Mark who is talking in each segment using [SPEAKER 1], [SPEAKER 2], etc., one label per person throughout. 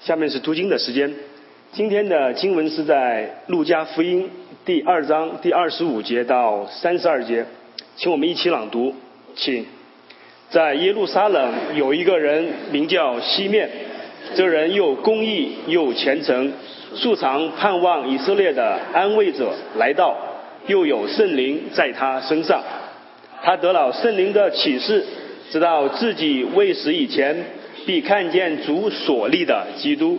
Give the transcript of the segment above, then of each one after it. [SPEAKER 1] 下面是读经的时间。今天的经文是在路加福音第二章第二十五节到三十二节，请我们一起朗读。请，在耶路撒冷有一个人名叫西面，这人又公义又虔诚，素常盼望以色列的安慰者来到，又有圣灵在他身上。他得了圣灵的启示，知道自己未死以前必看见主所立的基督。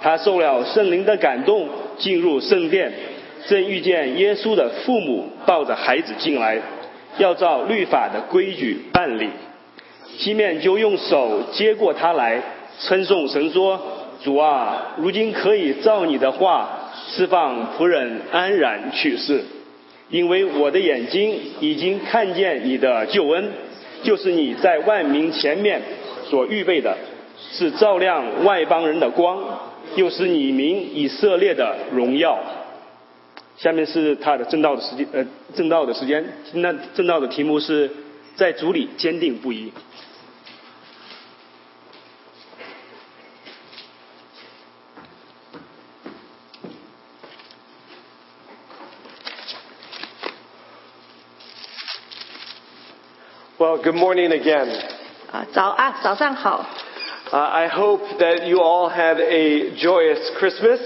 [SPEAKER 1] 他受了圣灵的感动，进入圣殿，正遇见耶稣的父母抱着孩子进来，要照律法的规矩办理。西面就用手接过他来，称颂神说：“主啊，如今可以照你的话，释放仆人安然去世，因为我的眼睛已经看见你的救恩，就是你在万民前面所预备的，是照亮外邦人的光，又是你民以色列的荣耀。”下面是他的正道的时间，呃，正道的时间。今天正道的题目是在主里坚定不移。
[SPEAKER 2] Well, good morning again.
[SPEAKER 3] 啊，早啊，早上好！
[SPEAKER 2] Uh, I hope that you all had a joyous Christmas.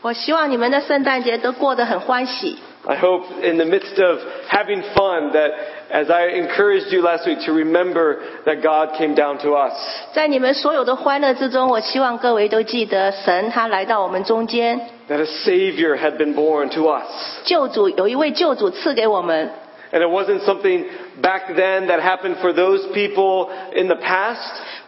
[SPEAKER 3] 我希望你们的圣诞节都过得很欢喜。
[SPEAKER 2] I hope in the midst of having fun that as I encouraged you last week to remember that God came down to us,
[SPEAKER 3] 在你们所有的欢乐之中，我希望各位都记得神他来到我们中间，
[SPEAKER 2] that a Savior had been born to us.
[SPEAKER 3] 救主有一位救主赐给我们，
[SPEAKER 2] And it wasn't something back then that happened for those people in the past,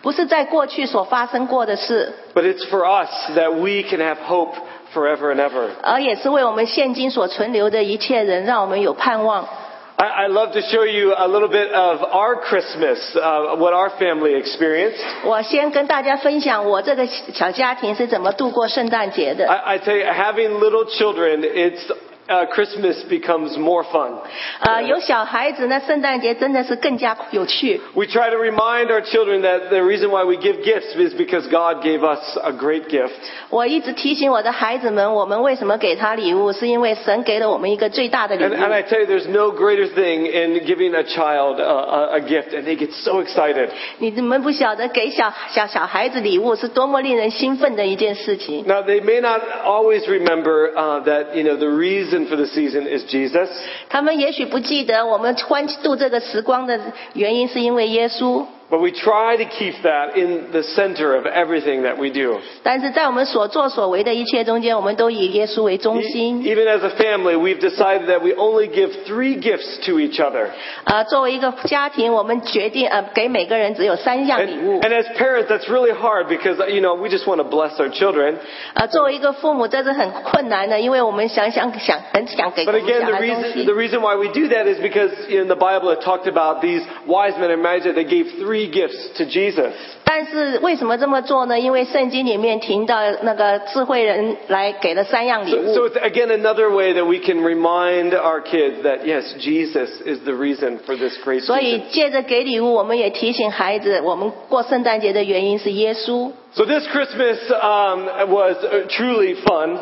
[SPEAKER 3] 不是在过去所发生过的事，
[SPEAKER 2] but it's for us that we can have hope forever and ever.
[SPEAKER 3] 而也是为我们现今所存留的一切人，让我们有盼望。
[SPEAKER 2] I, I love to show you a little bit of our Christmas, uh, what our family experienced.
[SPEAKER 3] 我先跟大家分享我这个小家庭是怎么度过圣诞节的。
[SPEAKER 2] I, I tell you, having little children, it's uh, Christmas becomes more fun.
[SPEAKER 3] 呃，有小孩子呢，圣诞节真的是更加有趣。
[SPEAKER 2] We try to remind our children that the reason why we give gifts is because God gave us a great gift.
[SPEAKER 3] 我一直提醒我的孩子们，我们为什么给他礼物，是因为神给了我们一个最大的礼
[SPEAKER 2] And, and I
[SPEAKER 3] 物。
[SPEAKER 2] tell you, there's no greater thing in giving a child uh, a, a, a gift, and they get so excited.
[SPEAKER 3] 你们不晓得给小小小孩子礼物是多么令人兴奋的一件事情。
[SPEAKER 2] Now, they may not always remember uh, that you know the reason for the season is Jesus,
[SPEAKER 3] 他们也许不记得我们欢度这个时光的原因，是因为耶稣。
[SPEAKER 2] but we try to keep that in the center of everything that we do.
[SPEAKER 3] 但是在我们所作所为的一切中间，我们都以耶稣为中
[SPEAKER 2] E-
[SPEAKER 3] 心。
[SPEAKER 2] Even as a family, we've decided that we only give three gifts to each other.
[SPEAKER 3] 呃，作为一个家庭，我们决定呃给每个人只有三项礼物
[SPEAKER 2] And,。and as parents, that's really hard because, you know, we just want to bless our children.
[SPEAKER 3] 呃，作为一个父母，这是很困难的，因为我们想想想很想给我
[SPEAKER 2] But
[SPEAKER 3] 们
[SPEAKER 2] again,
[SPEAKER 3] 小
[SPEAKER 2] the
[SPEAKER 3] 孩东
[SPEAKER 2] reason,
[SPEAKER 3] 西
[SPEAKER 2] the。reason why we do that is because in the Bible it talked about these wise men and magi, they gave three gifts to Jesus.
[SPEAKER 3] 但是为什么这么做呢？因为圣经里面提到那个智慧人来给了三样礼
[SPEAKER 2] So, so
[SPEAKER 3] 物。
[SPEAKER 2] it's again another way that we can remind our kids that yes, Jesus is the reason for this great
[SPEAKER 3] 所以
[SPEAKER 2] season.
[SPEAKER 3] 借着给礼物，我们也提醒孩子，我们过圣诞节的原因是耶稣。
[SPEAKER 2] So this Christmas um, was uh, truly fun.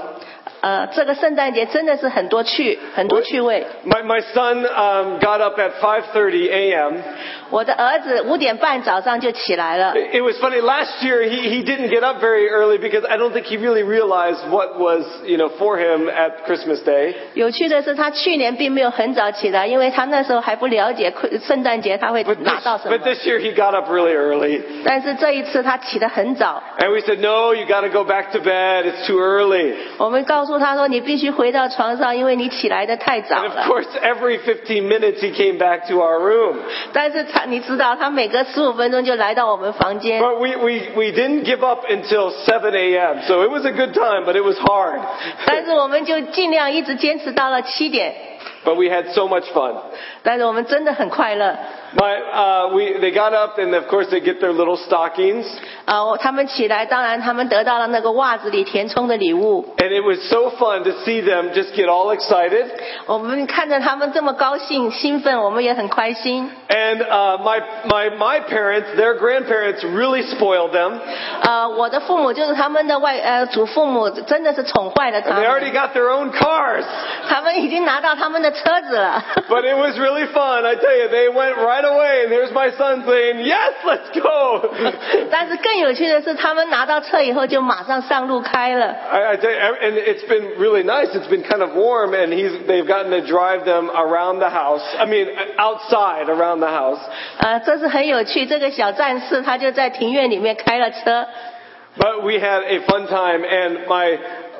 [SPEAKER 3] 呃，这个圣诞节真的是很多趣，很多趣味。
[SPEAKER 2] My, my son um, got up at 5:30 a.m.
[SPEAKER 3] 我的儿子五点半早上就起来了。
[SPEAKER 2] It was funny. Last year, he, he didn't get up very early because I don't think he really realized what was, you know, for him at Christmas Day.
[SPEAKER 3] 有趣的是，他去年并没有很早起来，因为他那时候还不了解圣诞节他会
[SPEAKER 2] But
[SPEAKER 3] 拿
[SPEAKER 2] this,
[SPEAKER 3] 到什
[SPEAKER 2] but
[SPEAKER 3] 么。
[SPEAKER 2] this year, he got up really early.
[SPEAKER 3] 但是这一次他起得很早，
[SPEAKER 2] And we said, no, you got to go back to bed. It's too early.
[SPEAKER 3] 我们告诉他说：“你必须回到床上，因为你起来的太早
[SPEAKER 2] And
[SPEAKER 3] 了。”
[SPEAKER 2] of course, every 15 minutes, he came back to our room.
[SPEAKER 3] 但是他，你知道，他每隔十五分钟就来到我们房间。
[SPEAKER 2] But we, we, we didn't give up until 7 a.m. So it was a good time, but it was hard.
[SPEAKER 3] 但是我们就尽量一直坚持到了七点。
[SPEAKER 2] But we had so much fun.
[SPEAKER 3] 但是我们真的很快乐。
[SPEAKER 2] My, uh, we, they got up and of course they get their little stockings
[SPEAKER 3] 呃，他们起来，当然他们得到了那个袜子里填充的礼物。
[SPEAKER 2] and it was so fun to see them just get all excited.
[SPEAKER 3] 我们看着他们这么高兴、兴奋，我们也很开心。
[SPEAKER 2] And uh, my, my, my parents, their grandparents really spoiled them.
[SPEAKER 3] 呃，我的父母就是他们的外呃祖父母，真的是宠坏了
[SPEAKER 2] They
[SPEAKER 3] 他
[SPEAKER 2] already
[SPEAKER 3] 们。
[SPEAKER 2] got their own cars.
[SPEAKER 3] 他们已经拿到他们的车子了，
[SPEAKER 2] But it was really fun. I tell you, they went right away and here's my son saying, yes, let's go.
[SPEAKER 3] 但是更有趣的是，他们拿到车以后就马上上路开了。
[SPEAKER 2] I, I tell you, and it's been really nice. It's been kind of warm, and he's they've gotten to drive them around the house. I mean, outside around the house.
[SPEAKER 3] 呃，这是很有趣。这个小战士他就在庭院里面开了车，
[SPEAKER 2] But we had a fun time, and my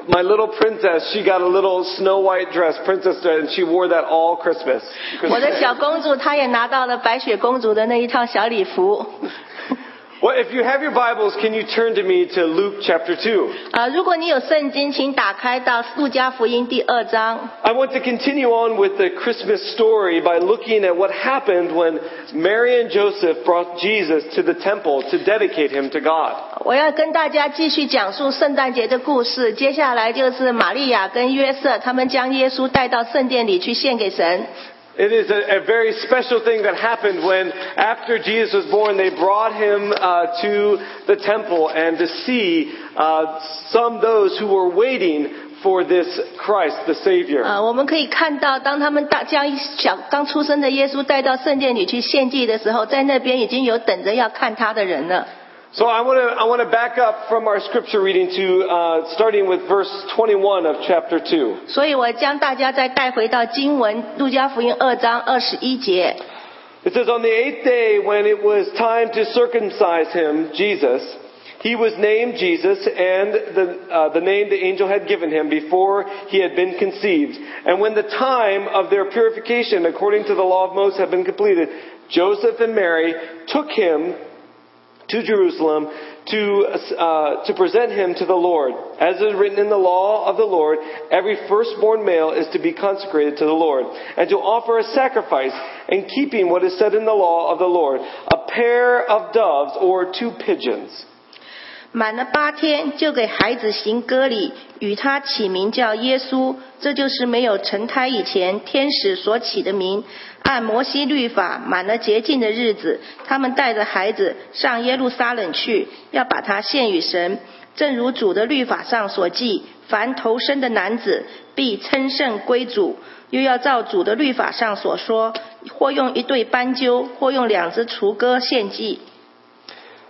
[SPEAKER 2] my little princess, she got a little Snow White dress, princess dress, and she wore that all Christmas.
[SPEAKER 3] 我
[SPEAKER 2] Christmas.
[SPEAKER 3] 的小公主她也拿到了白雪公主的那一套小礼服。
[SPEAKER 2] Well, if you have your Bibles, can you turn to me to Luke chapter two?
[SPEAKER 3] 呃，如果你有圣经，请打开到路加福音第二章。
[SPEAKER 2] I want to continue on with the Christmas story by looking at what happened when Mary and Joseph brought Jesus to the temple to dedicate him to God.
[SPEAKER 3] 我要跟大家继续讲述圣诞节的故事。接下来就是玛利亚跟约瑟他们将耶稣带到圣殿里去献给神。
[SPEAKER 2] It is a, a very special thing that happened when, after Jesus was born, they brought him uh, to the temple and to see uh, some those who were waiting for this Christ, the Savior.
[SPEAKER 3] 呃，我们可以看到，当他们大将小刚出生的耶稣带到圣殿里去献祭的时候，在那边已经有等着要看他的人了。
[SPEAKER 2] So I want to I want to back up from our scripture reading to uh, starting with verse 21 of chapter 2.
[SPEAKER 3] 所以我将大家再带回到经文《路加福音》二章二十一节。
[SPEAKER 2] It says, On the eighth day, when it was time to circumcise him, Jesus, he was named Jesus, and the, uh, the name the angel had given him before he had been conceived. And when the time of their purification, according to the law of Moses, had been completed, Joseph and Mary took him to Jerusalem to, uh, to present him to the Lord. As is written in the law of the Lord, every firstborn male is to be consecrated to the Lord, and to offer a sacrifice in keeping what is said in the law of the Lord, a pair of doves or two pigeons.
[SPEAKER 3] 满了八天，就给孩子行割礼，与他起名叫耶稣，这就是没有成胎以前天使所起的名。按摩西律法，满了洁净的日子，他们带着孩子上耶路撒冷去，要把他献与神。正如主的律法上所记，凡投生的男子必称圣归主。又要照主的律法上所说，或用一对斑鸠，或用两只雏鸽献祭。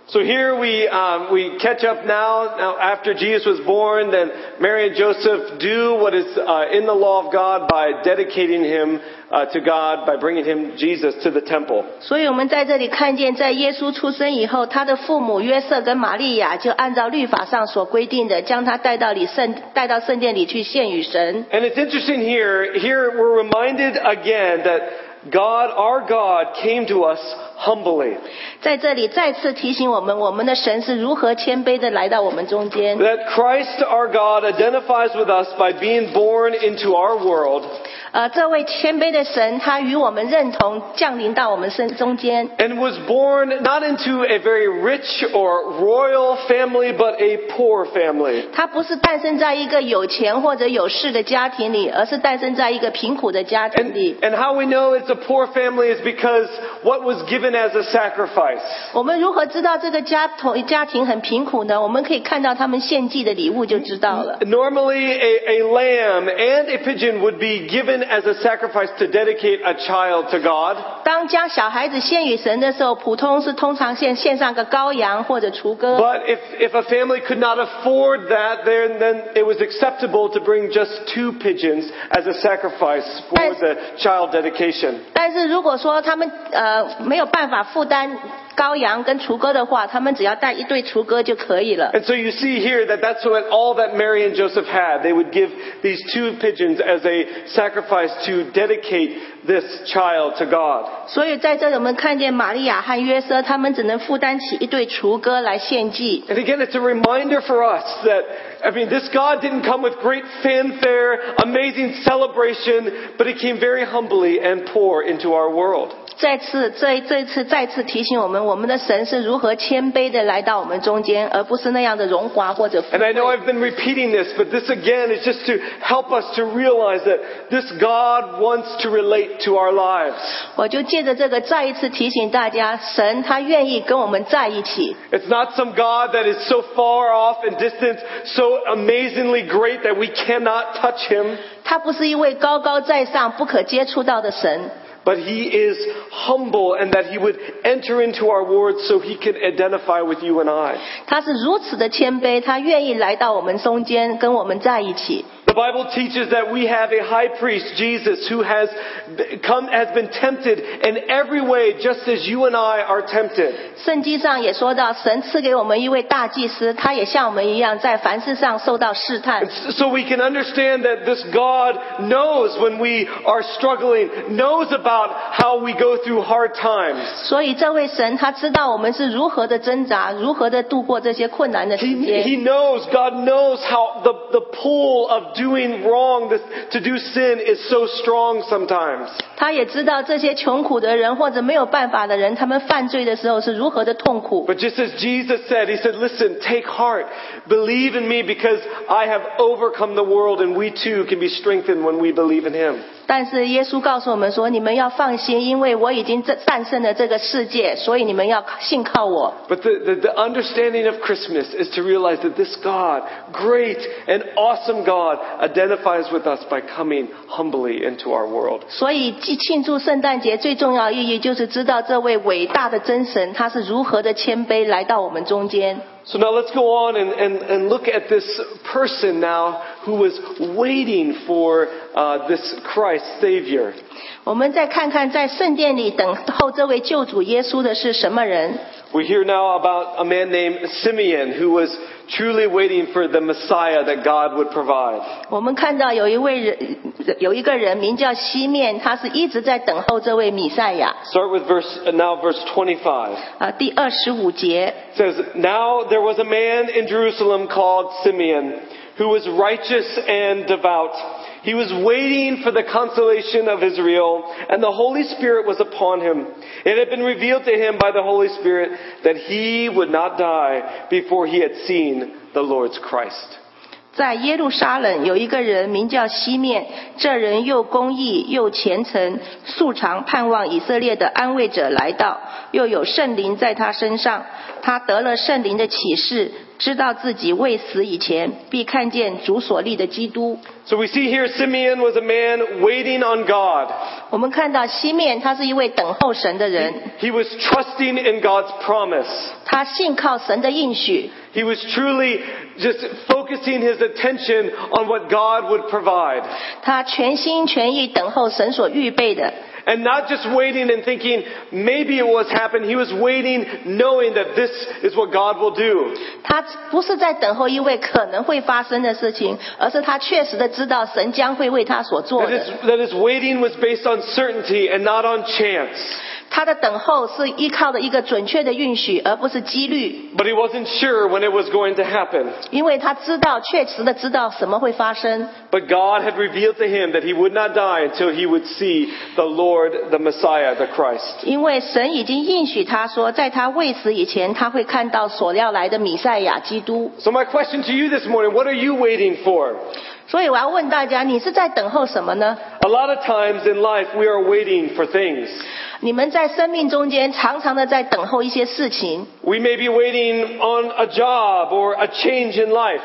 [SPEAKER 2] So here we um, we catch up now. Now after Jesus was born, then Mary and Joseph do what is uh, in the law of God by dedicating him uh, to God by bringing him Jesus to the temple.
[SPEAKER 3] 所以我们在这里看见，在耶稣出生以后，他的父母约瑟跟玛利亚就按照律法上所规定的，将他带到里圣带到圣殿里去献与神。
[SPEAKER 2] And it's interesting here, here we're reminded again that God, our God, came to us humbly.
[SPEAKER 3] 在这里再次提醒我们，我们的神是如何谦卑的来到我们中间。
[SPEAKER 2] That Christ, our God, identifies with us by being born into our world.
[SPEAKER 3] 呃，这位谦卑的神，他与我们认同，降临到我们身中间。
[SPEAKER 2] And was born not into a very rich or royal family, but a poor family.
[SPEAKER 3] 他不是诞生在一个有钱或者有势的家庭里，而是诞生在一个贫苦的家
[SPEAKER 2] And,
[SPEAKER 3] 庭里。
[SPEAKER 2] and how we know it's a poor family is because what was given as a sacrifice.
[SPEAKER 3] 我们如何知道这个家同家庭很贫苦呢？我们可以看到他们献祭的礼物就知道
[SPEAKER 2] 嗯
[SPEAKER 3] 了。
[SPEAKER 2] Normally, a, a lamb and a pigeon would be given as a sacrifice to dedicate a child to God.
[SPEAKER 3] 当将小孩子献与神的时候，普通是通常献献上个羔羊或者雏鸽。
[SPEAKER 2] But if, if a family could not afford that, then, then it was acceptable to bring just two pigeons as a sacrifice for
[SPEAKER 3] Yes.
[SPEAKER 2] the child dedication.
[SPEAKER 3] 但是如果说他们呃没有办法负担羔羊跟雏鸽的话，他们只要带一对雏鸽就可以了。
[SPEAKER 2] And so you see here that that's what all that Mary and Joseph had. They would give these two pigeons as a sacrifice to dedicate this child to God.
[SPEAKER 3] 所以在这里我们看见玛利亚和约瑟，他们只能负担起一对雏鸽来献祭。
[SPEAKER 2] And again, it's a reminder for us that, I mean, this God didn't come with great fanfare, amazing celebration, but He came very humbly and poor into our world.
[SPEAKER 3] 再次，这这次再次提醒我们，我们的神是如何谦卑的来到我们中间，而不是那样的荣华或者富
[SPEAKER 2] And I
[SPEAKER 3] 贵。
[SPEAKER 2] know I've been repeating this, but this again is just to help us to realize that this God wants to relate to our lives.
[SPEAKER 3] 我就借着这个再一次提醒大家，神他愿意跟我们在一起，
[SPEAKER 2] It's not some God that is so far off and distant, so amazingly great that we cannot touch Him,
[SPEAKER 3] 他不是一位高高在上、不可接触到的神，
[SPEAKER 2] but He is humble and that He would enter into our world so He could identify with you and I.
[SPEAKER 3] 他是如此的谦卑，他愿意来到我们中间，跟我们在一起。
[SPEAKER 2] The Bible teaches that we have a high priest, Jesus, who has come, has been tempted in every way just as you and I are tempted.
[SPEAKER 3] 圣经上也说到，神赐给我们一位大祭司，他也像我们一样，在凡事上受到试探。
[SPEAKER 2] So we can understand that this God knows when we are struggling, knows about how we go through hard times.
[SPEAKER 3] 所以这位神他知道我们是如何的挣扎，如何的度过这些困难的
[SPEAKER 2] He,
[SPEAKER 3] 时间
[SPEAKER 2] he。knows, God knows how the, the pull of doing wrong, this, to do sin is so strong sometimes.
[SPEAKER 3] 他也知道这些穷苦的人或者没有办法的人，他们犯罪的时候是如何的痛苦。
[SPEAKER 2] But just as Jesus said, He said, listen, take heart, believe in me because I have overcome the world and we too can be strengthened when we believe in Him.
[SPEAKER 3] 但是耶稣告诉我们说：“你们要放心，因为我已经战战胜了这个世界，所以你们要信靠我。
[SPEAKER 2] But the, the, the understanding of Christmas is to realize that this God, great and awesome God, identifies with us by coming humbly into our world. ”
[SPEAKER 3] 所以，既庆祝圣诞节最重要的意义就是知道这位伟大的真神他是如何的谦卑来到我们中间。
[SPEAKER 2] So now let's go on and, and, and look at this person now who was waiting for uh, this Christ Savior.
[SPEAKER 3] 我们再看看在圣殿里等候这位救主耶稣的是什么人。
[SPEAKER 2] We hear now about a man named Simeon who was truly waiting for the Messiah that God would provide.
[SPEAKER 3] 我们看到有一位人，有一个人名叫西面，他是一直在等候这位米赛亚。
[SPEAKER 2] Start with verse uh, now verse 25.
[SPEAKER 3] 啊，第二十五节，
[SPEAKER 2] It says, Now there was a man in Jerusalem called Simeon who was righteous and devout. He was waiting for the consolation of Israel, and the Holy Spirit was upon him. It had been revealed to him by the Holy Spirit that he would not die before he had seen the Lord's Christ.
[SPEAKER 3] 在耶路撒冷有一个人名叫西面，这人又公义又虔诚，素常盼望以色列的安慰者来到，又有圣灵在他身上。他得了圣灵的启示，知道自己未死以前必看见主所立的基督。
[SPEAKER 2] So we see here Simeon was a man waiting on God.
[SPEAKER 3] 我们看到西面，他是一位等候神的人，
[SPEAKER 2] He was trusting in God's promise.
[SPEAKER 3] 他信靠神的应许，
[SPEAKER 2] He was truly just focusing his attention on what God would provide.
[SPEAKER 3] 他全心全意等候神所预备的。
[SPEAKER 2] And not just waiting and thinking, maybe it was happened. He was waiting knowing that this is what God will do.
[SPEAKER 3] 他不是在等候一位可能会发生的事情，而是他确实的知道神将会为他所做
[SPEAKER 2] That
[SPEAKER 3] 的。
[SPEAKER 2] his, that his waiting was based on certainty and not on chance.
[SPEAKER 3] 他的等候是依靠的一个准确的运许，而不是几率，
[SPEAKER 2] But he wasn't sure when it was going to happen.
[SPEAKER 3] 因为他知道确实的知道什么会发生。
[SPEAKER 2] But God had revealed to him that he would not die until he would see the Lord, the Messiah, the Christ.
[SPEAKER 3] 因为神已经应许他说，在他未死以前，他会看到所要来的米赛亚基督。
[SPEAKER 2] So my question to you this morning, what are you waiting for?
[SPEAKER 3] 所以我要问大家，你是在等候什么呢？
[SPEAKER 2] A lot of times in life we are waiting for things.
[SPEAKER 3] 你们在生命中间常常的在等候一些事情，
[SPEAKER 2] We may be waiting on a job or a change in life.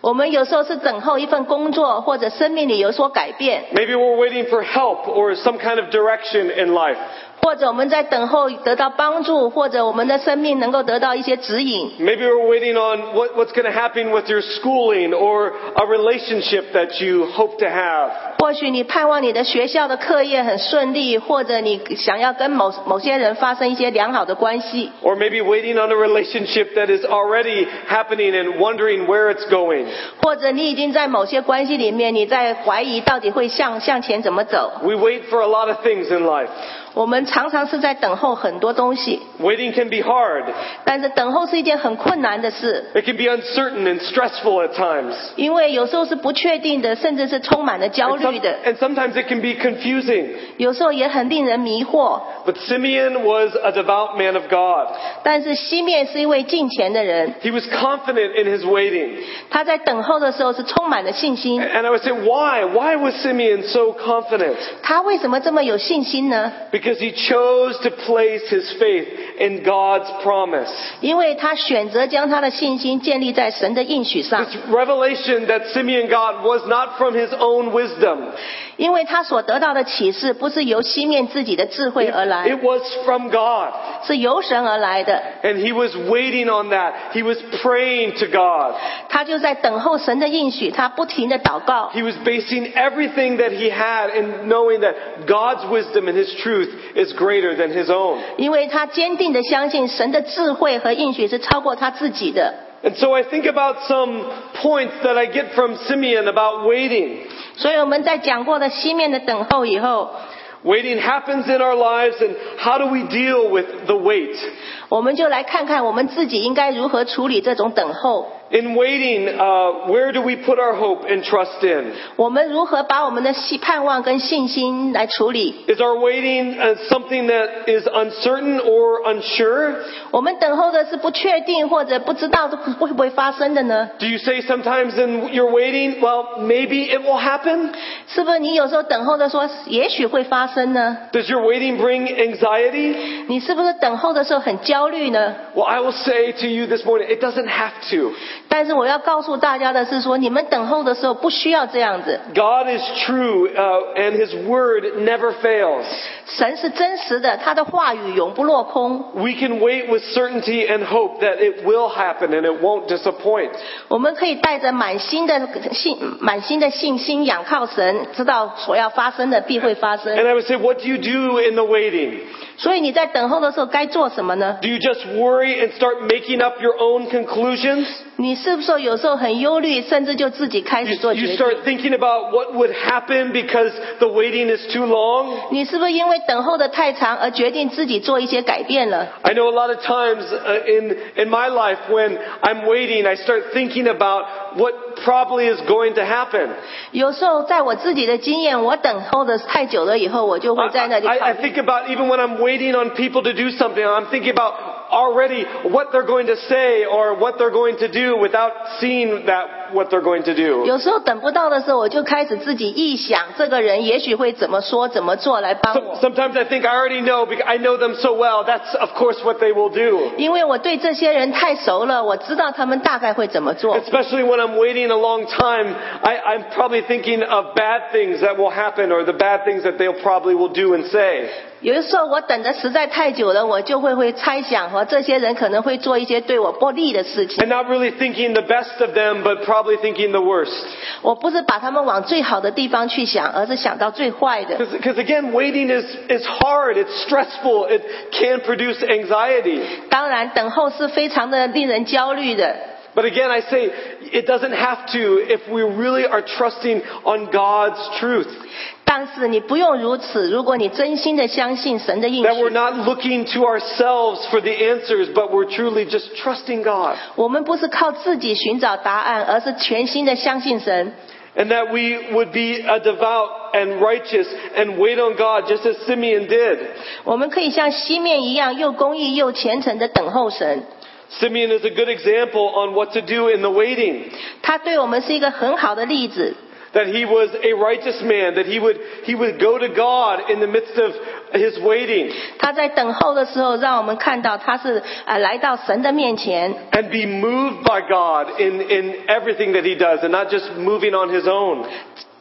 [SPEAKER 3] 我们有时候是等候一份工作或者生命里有所改变，
[SPEAKER 2] Maybe we're waiting for help or some kind of direction in life.
[SPEAKER 3] 或者我们在等候得到帮助，或者我们的生命能够得到一些指引，
[SPEAKER 2] Maybe we're waiting on what, what's going to happen with your schooling or a relationship that you hope to have.
[SPEAKER 3] 或许你盼望你的学校的课业很顺利，或者你想要跟某某些人发生一些良好的关系，
[SPEAKER 2] Or maybe waiting on a relationship that is already happening and wondering where it's going.
[SPEAKER 3] 或者你已经在某些关系里面，你在怀疑到底会向向前怎么走。
[SPEAKER 2] We wait for a lot of things in life.
[SPEAKER 3] 我们常常是在等候很多东西，
[SPEAKER 2] Waiting can be hard.
[SPEAKER 3] 但是等候是一件很困难的事，
[SPEAKER 2] It can be uncertain and stressful at times.
[SPEAKER 3] 因为有时候是不确定的，甚至是充满了焦
[SPEAKER 2] And, some-
[SPEAKER 3] 虑的，
[SPEAKER 2] and sometimes it can be confusing.
[SPEAKER 3] 有时候也很令人迷惑。
[SPEAKER 2] But Simeon was a devout man of God.
[SPEAKER 3] 但是西面是一位敬虔的人，
[SPEAKER 2] He was confident in his waiting.
[SPEAKER 3] 他在等候的时候是充满了信心。
[SPEAKER 2] And I would say, why? Why was Simeon so confident?
[SPEAKER 3] 他为什么这么有信心呢？
[SPEAKER 2] Because he chose to place his faith in God's promise.
[SPEAKER 3] 因为他选择将他的信心建立在神的应许上，
[SPEAKER 2] This revelation that Simeon got was not from his own wisdom.
[SPEAKER 3] 因为他所得到的启示不是由西面自己的智慧而来，
[SPEAKER 2] It was from God.
[SPEAKER 3] 是由神而来的。
[SPEAKER 2] And he was waiting on that. He was praying to God.
[SPEAKER 3] 他就在等候神的应许，他不停的祷告，
[SPEAKER 2] He was basing everything that he had in knowing that God's wisdom and his truth is greater than his own.
[SPEAKER 3] 因为他坚定的相信神的智慧和应许是超过他自己的。
[SPEAKER 2] And so I think about some points that I get from Simeon about waiting.
[SPEAKER 3] 所以我们在讲过的西面的等候以后，
[SPEAKER 2] Waiting happens in our lives and how do we deal with the wait?
[SPEAKER 3] 我们就来看看我们自己应该如何处理这种等候。
[SPEAKER 2] In waiting, uh, where do we put our hope and trust in?
[SPEAKER 3] 我们如何把我们的希盼望跟信心来处理？
[SPEAKER 2] Is our waiting uh, something that is uncertain or unsure?
[SPEAKER 3] 我们等候的是不确定或者不知道会不会发生的呢？
[SPEAKER 2] Do you say sometimes in your waiting, well, maybe it will happen?
[SPEAKER 3] 是不是你有时候等候的说也许会发生呢？
[SPEAKER 2] Does your waiting bring anxiety?
[SPEAKER 3] 你是不是等候的时候很焦虑呢？
[SPEAKER 2] Well, I will say to you this morning, it doesn't have to.
[SPEAKER 3] 但是我要告诉大家的是说，你们等候的时候不需要这样子。
[SPEAKER 2] God is true, uh, and His word never fails.
[SPEAKER 3] 神是真实的，他的话语永不落空。
[SPEAKER 2] We can wait with certainty and hope that it will happen and it won't disappoint.
[SPEAKER 3] 我们可以带着满心的信、满心的信心仰靠神，知道所要发生的必会发
[SPEAKER 2] And
[SPEAKER 3] 生。
[SPEAKER 2] I would say, what do you do in the waiting?
[SPEAKER 3] 所以你在等候的时候该做什么呢？
[SPEAKER 2] Do you just worry and start making up your own conclusions?
[SPEAKER 3] 你是不是有时候很忧虑，甚至就自己开
[SPEAKER 2] You,
[SPEAKER 3] 始做
[SPEAKER 2] you
[SPEAKER 3] 决定？
[SPEAKER 2] start thinking about what would happen because the waiting is too long?
[SPEAKER 3] 你是不是因为等候的太长而决定自己做一些改变了？
[SPEAKER 2] I know a lot of times uh, in, in my life when I'm waiting, I start thinking about what probably is going to happen.
[SPEAKER 3] 有时候在我自己的经验，我等候的太久了以后，我就
[SPEAKER 2] I,
[SPEAKER 3] 会在那里考
[SPEAKER 2] I- I
[SPEAKER 3] 虑
[SPEAKER 2] think about even when I'm waiting on people to do something, I'm thinking about already what they're going to say or what they're going to do without seeing that what they're going to do.
[SPEAKER 3] 有时候等不到的时候，我就开始自己臆想，这个人也许会怎么说、怎么做来帮
[SPEAKER 2] Some-
[SPEAKER 3] 我，
[SPEAKER 2] Sometimes I think I already know because I know them so well. That's of course what they will do.
[SPEAKER 3] 因为我对这些人太熟了，我知道他们大概会怎 么做。
[SPEAKER 2] Especially when I'm waiting a long time, I, I'm probably thinking of bad things that will happen or the bad things that they'll probably will do and say.
[SPEAKER 3] 有的时候我等的实在太久了，我就会会猜想和这些人可能会做一些对我不利的事情。
[SPEAKER 2] And not really thinking the best of them, but probably thinking the worst.
[SPEAKER 3] 我不是把他们往最好的地方去想，而是想到最坏 的。
[SPEAKER 2] Because again, waiting is, is hard, it's stressful, it can produce anxiety.
[SPEAKER 3] 当然，等候是非常的令人焦虑的。
[SPEAKER 2] But again, I say it doesn't have to if we really are trusting on God's truth.
[SPEAKER 3] 但是你不用如此，如果你真心的相信神的应
[SPEAKER 2] That we're
[SPEAKER 3] 许，
[SPEAKER 2] not looking to ourselves for the answers, but we're truly just trusting God.
[SPEAKER 3] 我们不是靠自己寻找答案，而是全心的相信神。
[SPEAKER 2] And that we would be a devout and righteous and wait on God just as Simeon did.
[SPEAKER 3] 我们可以像西面一样，又公义又虔诚的等候神。
[SPEAKER 2] Simeon is a good example on what to do in the waiting.
[SPEAKER 3] 他对我们是一个很好的例子。
[SPEAKER 2] that he was a righteous man, that he would, he would go to God in the midst of his waiting
[SPEAKER 3] 他在等候的时候，让我们看到他是呃来到神的面前，
[SPEAKER 2] and be moved by God in, in everything that he does and not just moving on his own.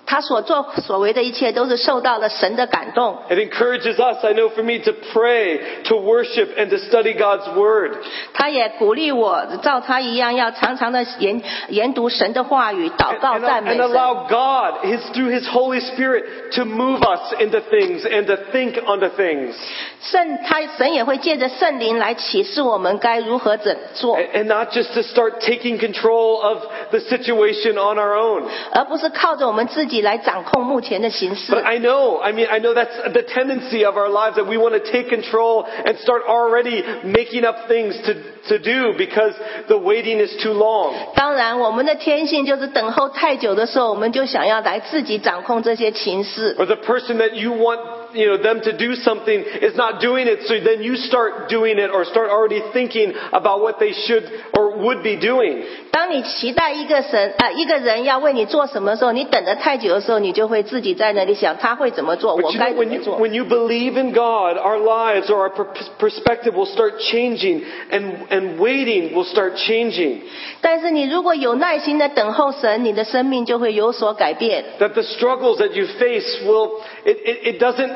[SPEAKER 3] 他所做所为的一切都是受到了神的感动。
[SPEAKER 2] It encourages us, I know for me, to pray, to worship, and to study God's Word.
[SPEAKER 3] 他也鼓励我，照他一样，要常常的研研读神的话语，祷
[SPEAKER 2] And,
[SPEAKER 3] 告
[SPEAKER 2] and-
[SPEAKER 3] 赞
[SPEAKER 2] and
[SPEAKER 3] 美神。
[SPEAKER 2] allow God, His, through His Holy Spirit, to move us into things and to think onto things.
[SPEAKER 3] 圣他神也会借着圣灵来启示我们该如何怎做
[SPEAKER 2] And-，and not just to start taking control of the situation on our own.
[SPEAKER 3] 而不是靠着我们自己来掌控目前的形
[SPEAKER 2] But
[SPEAKER 3] 势。
[SPEAKER 2] I know, I mean, I know that's the tendency of our lives that we want to take control and start already making up things to, to do because the waiting is too long.
[SPEAKER 3] 当然，我们的天性就是等候太久的时候，我们就想要来自己掌控这些情势。
[SPEAKER 2] Or the person that you want, you know, them to do something is not doing it, so then you start doing it or start already thinking about what they should or would be doing.
[SPEAKER 3] 当你期待一个神呃一个人要为你做什么时候，你等得太久的时候，你就会自己在那里想他会怎么做，我
[SPEAKER 2] But you
[SPEAKER 3] 该
[SPEAKER 2] know,
[SPEAKER 3] 怎
[SPEAKER 2] when
[SPEAKER 3] 么
[SPEAKER 2] you,
[SPEAKER 3] 做。
[SPEAKER 2] when you believe in God, our lives or our per- perspective will start changing and, and waiting will start changing.
[SPEAKER 3] 但是你如果有耐心的等候神，你的生命就会有所改变。
[SPEAKER 2] that the struggles that you face will it, it, it doesn't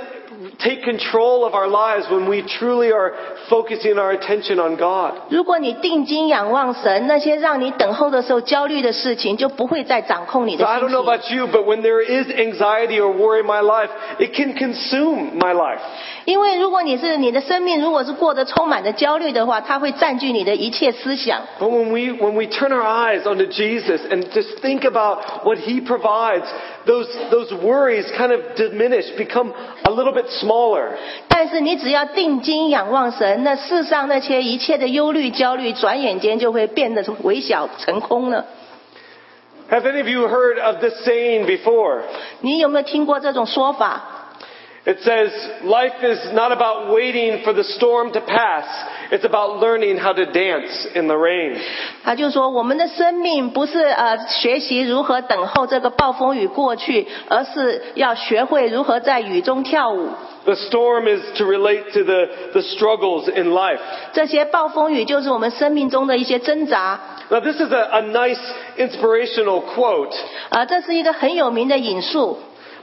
[SPEAKER 2] take control of our lives when we truly are focusing our attention on god
[SPEAKER 3] 如果你定睛仰望神，那些让你等候的时候焦虑的事情就不会再掌控你
[SPEAKER 2] so
[SPEAKER 3] 的
[SPEAKER 2] i
[SPEAKER 3] 心
[SPEAKER 2] don't know about
[SPEAKER 3] 情。
[SPEAKER 2] you but when there is anxiety or worry in my life it can consume my life
[SPEAKER 3] 因为如果你是你的生命如果是过得充满着焦虑的话，它会占据你的一切思想。
[SPEAKER 2] but when we when we turn our eyes onto jesus and just think about what he provides those those worries kind of diminish become a little bit smaller
[SPEAKER 3] 但是你只要定睛仰望神，那世上那些一切的忧虑、焦虑，转眼间就会变得微小成空了。
[SPEAKER 2] have any of you heard of this saying before
[SPEAKER 3] 你有没有听过这种说法？
[SPEAKER 2] It says, life is not about waiting for the storm to pass. It's about learning how to dance in the rain.
[SPEAKER 3] 他就说，我们的生命不是呃学习如何等候这个暴风雨过去，而是要学会如何在雨中跳舞。
[SPEAKER 2] The storm is to relate to the, the struggles in life.
[SPEAKER 3] 这些暴风雨就是我们生命中的一些挣扎。
[SPEAKER 2] Now this is a, a nice inspirational quote,
[SPEAKER 3] 呃，这是一个很有名的引述。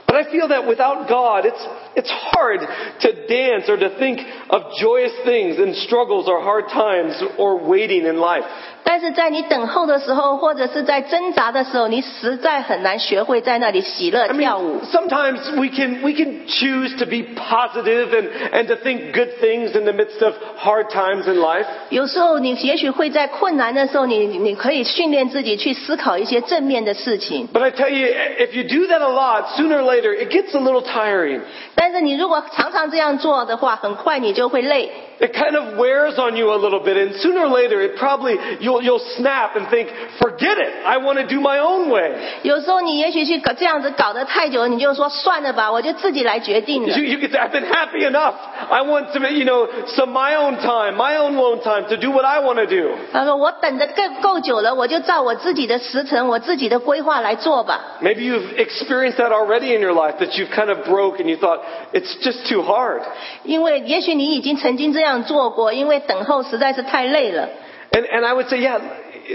[SPEAKER 2] but I feel that without God, it's, it's hard to dance or to think of joyous things in struggles or hard times or waiting in life.
[SPEAKER 3] 但是在你等候的时候，或者是在挣扎的时候，你实在很难学会在那里喜乐
[SPEAKER 2] I
[SPEAKER 3] 跳舞。
[SPEAKER 2] mean, sometimes we can we can choose to be positive and, and to think good things in the midst of hard times in life.
[SPEAKER 3] 有时候你也许会在困难的时候，你你可以训练自己去思考一些正面的事情。
[SPEAKER 2] But I tell you, if you do that a lot, sooner or later it gets a little tiring.
[SPEAKER 3] 但是你如果常常这样做的话，很快你就会累。
[SPEAKER 2] It kind of wears on you a little bit, and sooner or later it probably you'll you'll snap and think, forget it, I want to do my own way.
[SPEAKER 3] 有时候你也许去搞这样子搞得太久，你就说算了吧，我就自己来决定了
[SPEAKER 2] You,。you could say, I've been happy enough. I want to, you know, some my own time, my own alone time to do what I want to do.
[SPEAKER 3] 他说我等的够够久了，我就照我自己的时辰、我自己的规划来做吧。
[SPEAKER 2] Maybe you've experienced that already in your life that you've kind of broke and you thought, it's just too hard.
[SPEAKER 3] 因为也许你已经曾经这样做过，因为等候实在是太累了。
[SPEAKER 2] And, and I would say, yeah,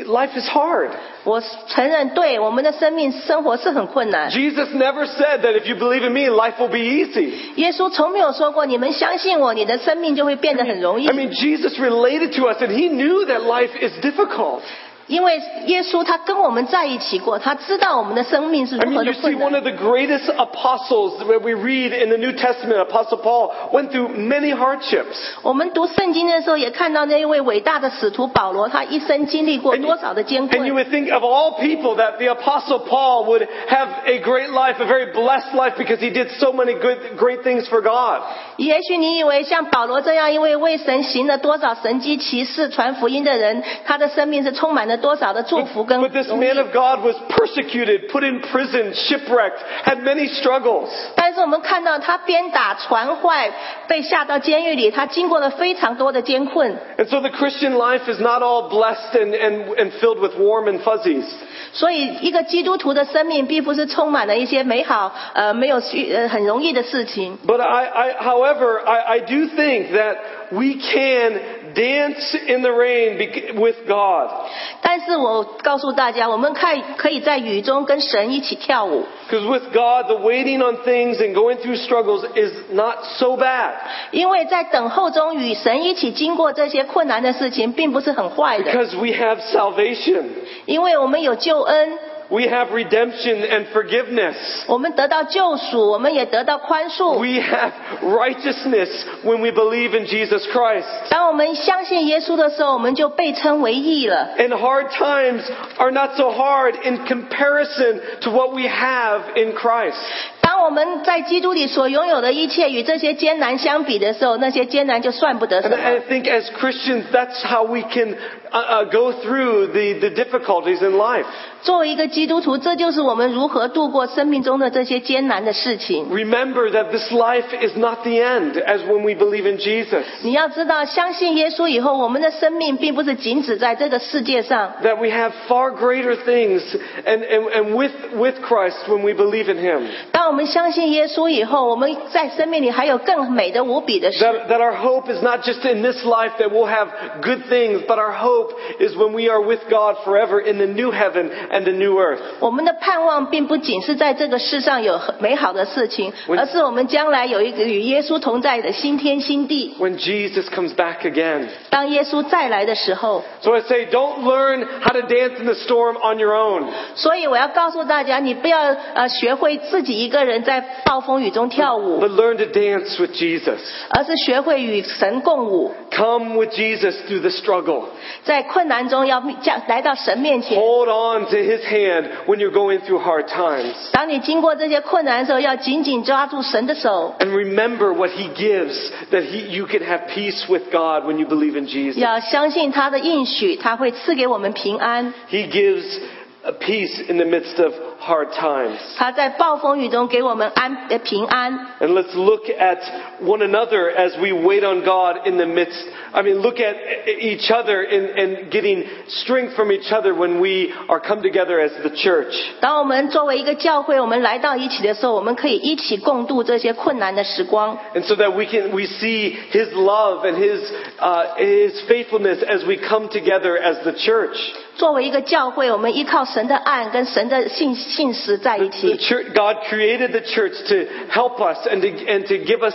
[SPEAKER 2] life is hard.
[SPEAKER 3] 我承认，对我们的生命生活是很困难。
[SPEAKER 2] Jesus never said that if you believe in me, life will be easy.
[SPEAKER 3] 耶稣从没有说过，你们相信我，你的生命就会变得很容易
[SPEAKER 2] I。mean, Jesus related to us and he knew that life is difficult.
[SPEAKER 3] 因为耶稣他跟我们在一起过，他知道我们的生命是
[SPEAKER 2] I
[SPEAKER 3] 如
[SPEAKER 2] mean,
[SPEAKER 3] 何
[SPEAKER 2] you
[SPEAKER 3] 的
[SPEAKER 2] see,
[SPEAKER 3] 困
[SPEAKER 2] one
[SPEAKER 3] 难
[SPEAKER 2] of。the greatest apostles that we read in the New Testament, Apostle Paul, went through many hardships.
[SPEAKER 3] 我们读圣经的时候，也看到那一位伟大的使徒保罗，他一生经历过
[SPEAKER 2] And you,
[SPEAKER 3] 多少的艰
[SPEAKER 2] and you
[SPEAKER 3] 困。
[SPEAKER 2] would think of all people that the apostle Paul would have a great life, a very blessed life because he did so many good, great things for God.
[SPEAKER 3] 也许你以为像保罗这样一位为神行了多少神迹奇事、传福音的人，他的生命是充满了多少的祝福跟
[SPEAKER 2] But this
[SPEAKER 3] 荣誉
[SPEAKER 2] man。of God was persecuted, put in prison, shipwrecked, had many struggles.
[SPEAKER 3] 但是我们看到他鞭打、传坏，被下到监狱里，他经过了非常多的艰困。
[SPEAKER 2] And so the Christian life is not all blessed and, and, and filled with warm and fuzzies.
[SPEAKER 3] 所以，一个基督徒的生命并不是充满了一些美好、呃，没有需呃很容易的事情。
[SPEAKER 2] But I, I however, I, I do think that we can dance in the rain bec- with God.
[SPEAKER 3] 但是我告诉大家，我们看可以在雨中跟神一起跳舞，
[SPEAKER 2] Because with God, the waiting on things and going through struggles is not so bad.
[SPEAKER 3] 因为在等候中与神一起经过这些困难的事情，并不是很坏的，
[SPEAKER 2] Because we have salvation,
[SPEAKER 3] 因为我们有救恩，
[SPEAKER 2] we have redemption and forgiveness,
[SPEAKER 3] 我们得到救赎，我们也得到宽恕。
[SPEAKER 2] we have righteousness when we believe in Jesus Christ.
[SPEAKER 3] 当我们相信耶稣的时候，我们就被称为义了。
[SPEAKER 2] And hard times are not so hard in comparison to what we have in Christ.
[SPEAKER 3] 当我们在基督里所拥有的一切与这些艰难相比的时候，那些艰难就算不得什
[SPEAKER 2] And
[SPEAKER 3] 么。
[SPEAKER 2] I think as Christians, that's how we can uh, uh, go through the, the difficulties in life.
[SPEAKER 3] 作为一个基督徒，这就是我们如何度过生命中的这些艰难的事情。
[SPEAKER 2] Remember that this life is not the end as when we believe in Jesus.
[SPEAKER 3] 你要知道，相信耶稣以后，我们的生命并不是仅止在这个世界上，
[SPEAKER 2] That we have far greater things and, and, and with, with Christ when we believe in Him.
[SPEAKER 3] 当我们相信耶稣以后，我们在生命里还有更美的无比的事。
[SPEAKER 2] That, that our hope is not just in this life that we'll have good things, but our hope is when we are with God forever in the new heaven and the new earth.
[SPEAKER 3] 我们的盼望并不仅是在这个世上有美好的事情，而是我们将来有一个与耶稣同在的新天新地。
[SPEAKER 2] When Jesus comes back again.
[SPEAKER 3] 当耶稣再来的时候，
[SPEAKER 2] So I say, don't learn how to dance in the storm on your own.
[SPEAKER 3] 所以我要告诉大家，你不要呃学会自己一个人在暴风雨中跳舞，
[SPEAKER 2] But learn to dance with Jesus.
[SPEAKER 3] 而是学会与神共舞，
[SPEAKER 2] Come with Jesus through the struggle.
[SPEAKER 3] 在困难中要面将来到神面前。
[SPEAKER 2] Hold on to his hand when you're going through hard times.
[SPEAKER 3] 当你经过这些困难的时候，要紧紧抓住神的手，
[SPEAKER 2] And remember what he gives, that he, you can have peace with God when you believe in Jesus.
[SPEAKER 3] 要相信他的应许，他会赐给我们平安。
[SPEAKER 2] He gives a peace in the midst of hard times.
[SPEAKER 3] 他在暴风雨中给我们安呃平安。
[SPEAKER 2] And let's look at one another as we wait on God in the midst. I mean, look at e- each other and, and getting strength from each other when we are come together as the church.
[SPEAKER 3] 当我们作为一个教会，我们来到一起的时候，我们可以一起共度这些困难的时光。
[SPEAKER 2] And so that we can, we see His love and His, uh, His faithfulness as we come together as the church.
[SPEAKER 3] 作为一个教会，我们依靠神的爱跟神的信信实在一
[SPEAKER 2] The
[SPEAKER 3] 起。
[SPEAKER 2] church, God created the church to help us and to, and to give us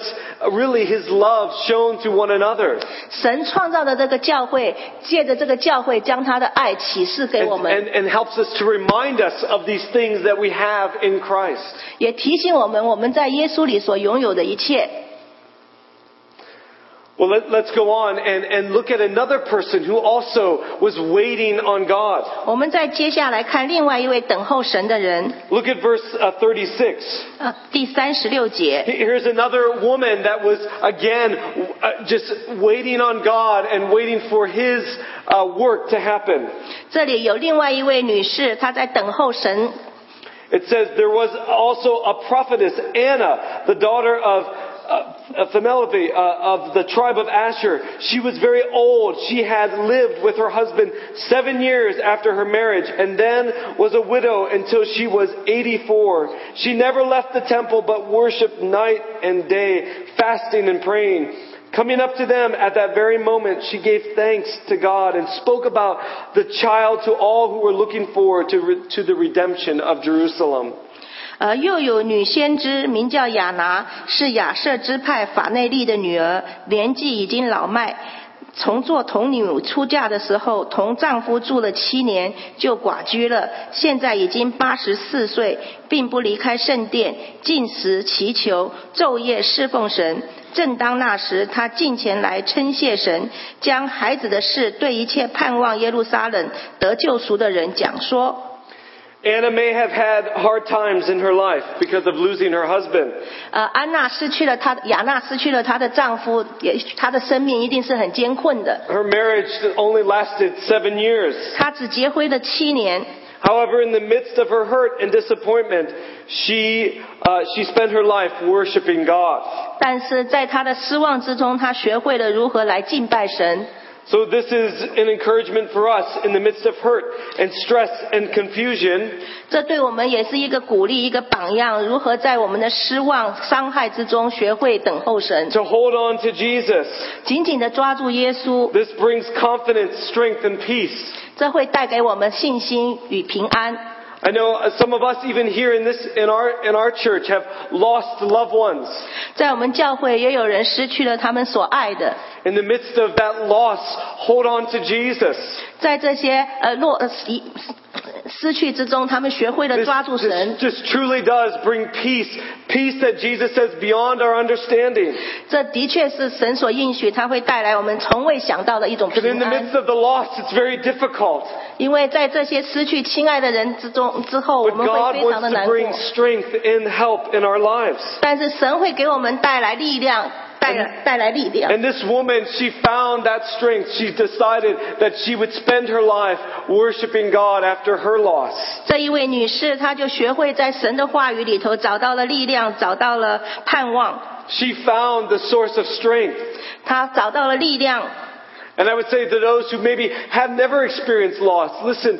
[SPEAKER 2] really His love shown to one another.
[SPEAKER 3] 神创造的这个教会，借着这个教会，将他的爱启示给
[SPEAKER 2] And,
[SPEAKER 3] 我
[SPEAKER 2] and,
[SPEAKER 3] 们，
[SPEAKER 2] and helps us to remind us of these things that we have in Christ.
[SPEAKER 3] 也提醒我们我们在耶稣里所拥有的一切。
[SPEAKER 2] Well, let, let's go on and, and look at another person who also was waiting on God.
[SPEAKER 3] 我们再接下来看另外一位等候神的人，
[SPEAKER 2] Look at verse uh, 36.
[SPEAKER 3] 呃，第三十六节。
[SPEAKER 2] Here's another woman that was again uh, just waiting on God and waiting for His uh, work to happen.
[SPEAKER 3] 这里有另外一位女士，她在等候神。
[SPEAKER 2] It says there was also a prophetess Anna, the daughter of uh, Phenelope uh, of the tribe of Asher. She was very old. She had lived with her husband seven years after her marriage, and then was a widow until she was 84. She never left the temple, but worshipped night and day, fasting and praying. Coming up to them at that very moment, she gave thanks to God and spoke about the child to all who were looking forward to, re- to the redemption of Jerusalem.
[SPEAKER 3] 呃，又有女先知，名叫雅拿，是亚瑟支派法内利的女儿，年纪已经老迈。从做童女出嫁的时候，同丈夫住了七年，就寡居了。现在已经八十四岁，并不离开圣殿，进食祈求，昼夜侍奉神。正当那时，她近前来称谢神，将孩子的事对一切盼望耶路撒冷得救赎的人讲说。
[SPEAKER 2] Anna may have had hard times in her life because of losing her husband,
[SPEAKER 3] 呃，安娜失去了她，雅娜失去了她的丈夫，也她的生命一定是很艰困的。
[SPEAKER 2] her marriage only lasted seven years.
[SPEAKER 3] 她只结婚了七年，
[SPEAKER 2] However, in the midst of her hurt and disappointment, she, uh, she spent her life worshiping God.
[SPEAKER 3] 但是在她的失望之中，她学会了如何来敬拜神。
[SPEAKER 2] So this is an encouragement for us in the midst of hurt and stress and confusion.
[SPEAKER 3] 这对我们也是一个鼓励，一个榜样，如何在我们的失望、伤害之中学会等候神，
[SPEAKER 2] to hold on to Jesus.
[SPEAKER 3] 紧紧地抓住耶稣。
[SPEAKER 2] This brings confidence, strength, and peace.
[SPEAKER 3] 这会带给我们信心与平安。
[SPEAKER 2] I know uh, some of us, even here in, this, in, our, in our church, have lost loved ones.
[SPEAKER 3] 在我们教会也有人失去了他们所爱的，
[SPEAKER 2] In the midst of that loss, hold on to Jesus.
[SPEAKER 3] 在这些呃落呃失失去之中，他们学会了
[SPEAKER 2] This,
[SPEAKER 3] 抓住
[SPEAKER 2] this
[SPEAKER 3] 神。
[SPEAKER 2] just truly does bring peace. Peace that Jesus says beyond our understanding.
[SPEAKER 3] 这的确是神所应许，它会带来我们从未想到的一种
[SPEAKER 2] Because in
[SPEAKER 3] 平
[SPEAKER 2] the
[SPEAKER 3] 安
[SPEAKER 2] midst。of the loss, it's very difficult.
[SPEAKER 3] 因为在这些失去亲爱的人之中之后，我
[SPEAKER 2] But
[SPEAKER 3] 们会
[SPEAKER 2] God
[SPEAKER 3] 非常的
[SPEAKER 2] wants
[SPEAKER 3] 难
[SPEAKER 2] to
[SPEAKER 3] 过。
[SPEAKER 2] bring strength and help in our lives.
[SPEAKER 3] 但是神会给我们带来力量，带来带来力量。
[SPEAKER 2] And this woman, she found that strength. She decided that she would spend her life worshiping God after her loss.
[SPEAKER 3] 这一位女士，她就学会在神的话语里头找到了力量，找到了盼望，
[SPEAKER 2] She found the source of strength.
[SPEAKER 3] 她找到了力量。
[SPEAKER 2] And I would say to those who maybe have never experienced loss, listen,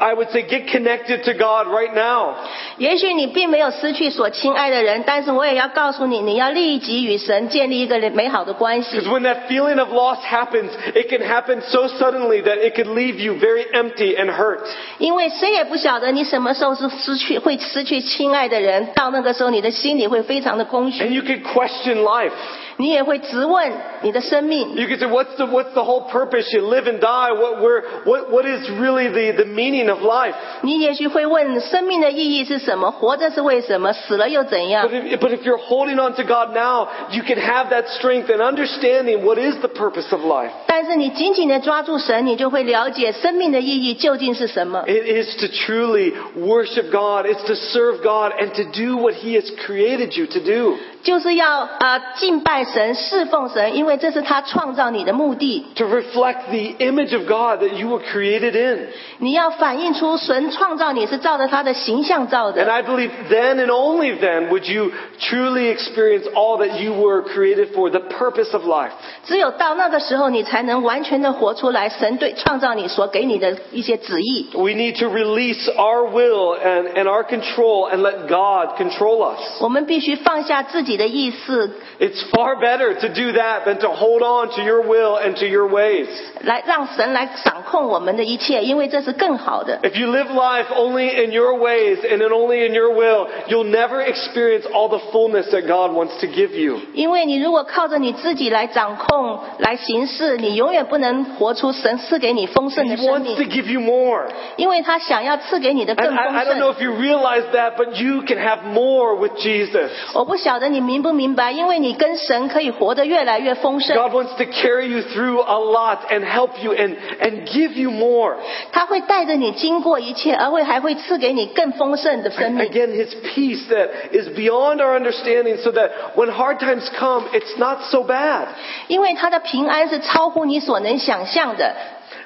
[SPEAKER 2] I would say get connected to God right now.
[SPEAKER 3] 也许你并没有失去所亲爱的人，但是我也要告诉你，你要立即与神建立一个美好的关系
[SPEAKER 2] Because。when that feeling of loss happens, it can happen so suddenly that it could leave you very empty and hurt.
[SPEAKER 3] 因为谁也不晓得你什么时候是失去会失去亲爱的人，到那个时候你的心里会非常的空
[SPEAKER 2] And
[SPEAKER 3] 虚，
[SPEAKER 2] you could question life.
[SPEAKER 3] 你也会质问你的生命，
[SPEAKER 2] You could say, what's the, what's the whole purpose? You live and die. What, where, what, what is really the, the meaning of life?
[SPEAKER 3] 你也许会问生命的意义是什么，活着是为什么，死了又怎样
[SPEAKER 2] But？if, but if you're holding on to God now, you can have that strength and understanding what is the purpose of life.
[SPEAKER 3] 但是你紧紧的抓住神，你就会了解生命的意义究竟是什么。
[SPEAKER 2] It is to truly worship God. It's to serve God and to do what He has created you to do.
[SPEAKER 3] 就是要呃敬拜神、侍奉神，因为这是他创造你的目的。
[SPEAKER 2] To reflect the image of God that you were created in.
[SPEAKER 3] 你要反映出神创造你是照着他的形象造
[SPEAKER 2] And
[SPEAKER 3] 的。
[SPEAKER 2] I believe then and only then would you truly experience all that you were created for, the purpose of life.
[SPEAKER 3] 只有到那个时候，你才能完全的活出来神对创造你所给你的一些旨意。
[SPEAKER 2] We need to release our will and, and our control and let God control us.
[SPEAKER 3] 我们必须放下自己的意识，
[SPEAKER 2] It's far better to do that than to hold on to your will and to your ways.
[SPEAKER 3] 来让神来掌控我们的一切，因为这是更好的。
[SPEAKER 2] If you live life only in your ways and in only in your will, you'll never experience all the fullness that God wants to give you.
[SPEAKER 3] 因为你如果靠着你自己来掌控、来行事，你永远不能活出神赐给你丰
[SPEAKER 2] He
[SPEAKER 3] 盛的生
[SPEAKER 2] wants to
[SPEAKER 3] 命，
[SPEAKER 2] give you more.
[SPEAKER 3] 因为他想要赐给你的
[SPEAKER 2] And
[SPEAKER 3] 更
[SPEAKER 2] I, I
[SPEAKER 3] 丰
[SPEAKER 2] don't know
[SPEAKER 3] 盛。
[SPEAKER 2] if you realize that, but you can have more with Jesus.
[SPEAKER 3] 我不晓得你明不明白，因为你跟神可以活得越来越丰盛。
[SPEAKER 2] God wants to carry you through a lot and help you and, and give you more.
[SPEAKER 3] 他会带着你经过一切，而会还会赐给你更丰盛的生命。
[SPEAKER 2] Again, His peace that is beyond our understanding so that when hard times come, it's not so bad.
[SPEAKER 3] 因为他的平安是超乎你所能想象的。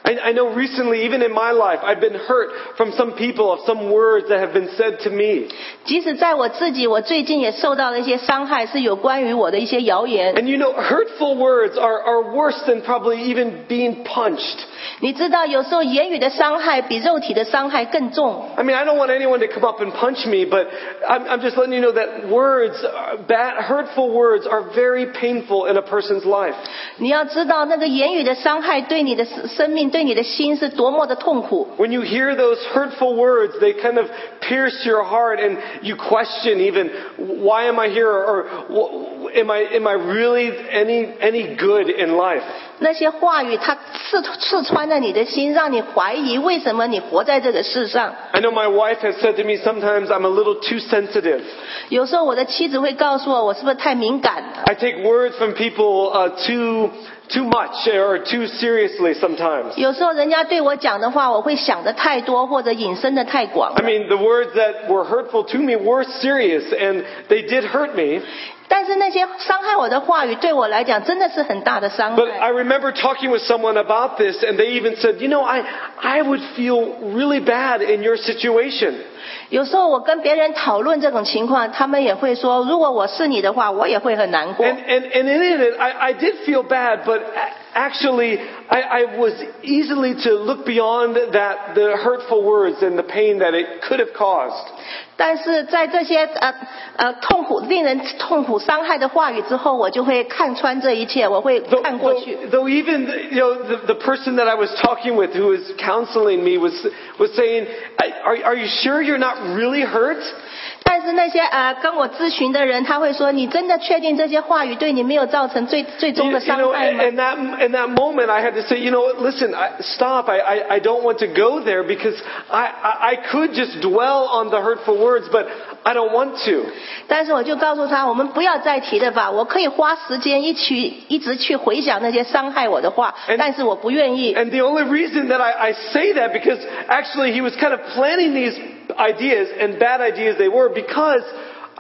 [SPEAKER 2] I, I know recently, even in my life, I've been hurt from some people, of some words that have been said to me.
[SPEAKER 3] 即使在我自己，我最近也受到了一些伤害，是有关于我的一些谣言。
[SPEAKER 2] And you know, hurtful words are, are worse than probably even being punched.
[SPEAKER 3] 你知道，有时候言语的伤害比肉体的伤害更重。
[SPEAKER 2] I mean, I don't want anyone to come up and punch me, but I'm, I'm just letting you know that words, uh, bad, hurtful words are very painful in a person's life.
[SPEAKER 3] 你要知道，那个言语的伤害对你的生命、对你的心是多么的痛苦。
[SPEAKER 2] When you hear those hurtful words, they kind of pierce your heart and you question even, why am I here? Or, "Wh- am I, am I really any, any good in life?
[SPEAKER 3] 那些话语，它刺刺穿了你的心，让你怀疑为什么你活在这个世上。
[SPEAKER 2] I know my wife has said to me sometimes I'm a little too sensitive.
[SPEAKER 3] 有时候我的妻子会告诉我，我是不是太敏感了？
[SPEAKER 2] I take words from people uh, too too much or too seriously sometimes.
[SPEAKER 3] 有时候人家对我讲的话，我会想的太多，或者引申的太广
[SPEAKER 2] I。mean, the words that were hurtful to me were serious and they did hurt me.
[SPEAKER 3] 但是那些伤害我的话语，对我来讲真的是很大的伤
[SPEAKER 2] But I
[SPEAKER 3] 害。
[SPEAKER 2] remember talking with someone about this and they even said, "You know, I I would feel really bad in your situation."
[SPEAKER 3] 有时候我跟别人讨论这种情况，他们也会说，如果我是你的话，我也会很难过
[SPEAKER 2] And。and and in it I I did feel bad, but a- actually, I, I was easily to look beyond that, the hurtful words and the pain that it could have caused.
[SPEAKER 3] 但是在这些呃呃痛苦、令人痛苦、伤害的话语之后，我就会看穿这一切，我会
[SPEAKER 2] Though,
[SPEAKER 3] 看过去。
[SPEAKER 2] though- though even you know the, the person that I was talking with, who was counseling me, was was saying, I, are, "Are you sure you're not really hurt?"
[SPEAKER 3] 但是那些呃跟我咨询的人，他会说：“你真的确定这些话语对你没有造成最最
[SPEAKER 2] You,
[SPEAKER 3] 终的
[SPEAKER 2] you
[SPEAKER 3] 伤
[SPEAKER 2] know,
[SPEAKER 3] 害
[SPEAKER 2] in
[SPEAKER 3] 吗
[SPEAKER 2] in that in that moment, I had to say, "You know, what, listen, I, stop. I, I I don't want to go there because I, I I could just dwell on the hurtful words, but I don't want to."
[SPEAKER 3] 但是我就告诉他，我们不要再提了吧。我可以花时间一去一直去回想那些伤害我的话
[SPEAKER 2] And-，
[SPEAKER 3] 但是我不愿意。
[SPEAKER 2] And the only reason that I, I say that because actually he was kind of planning these ideas and bad ideas they were because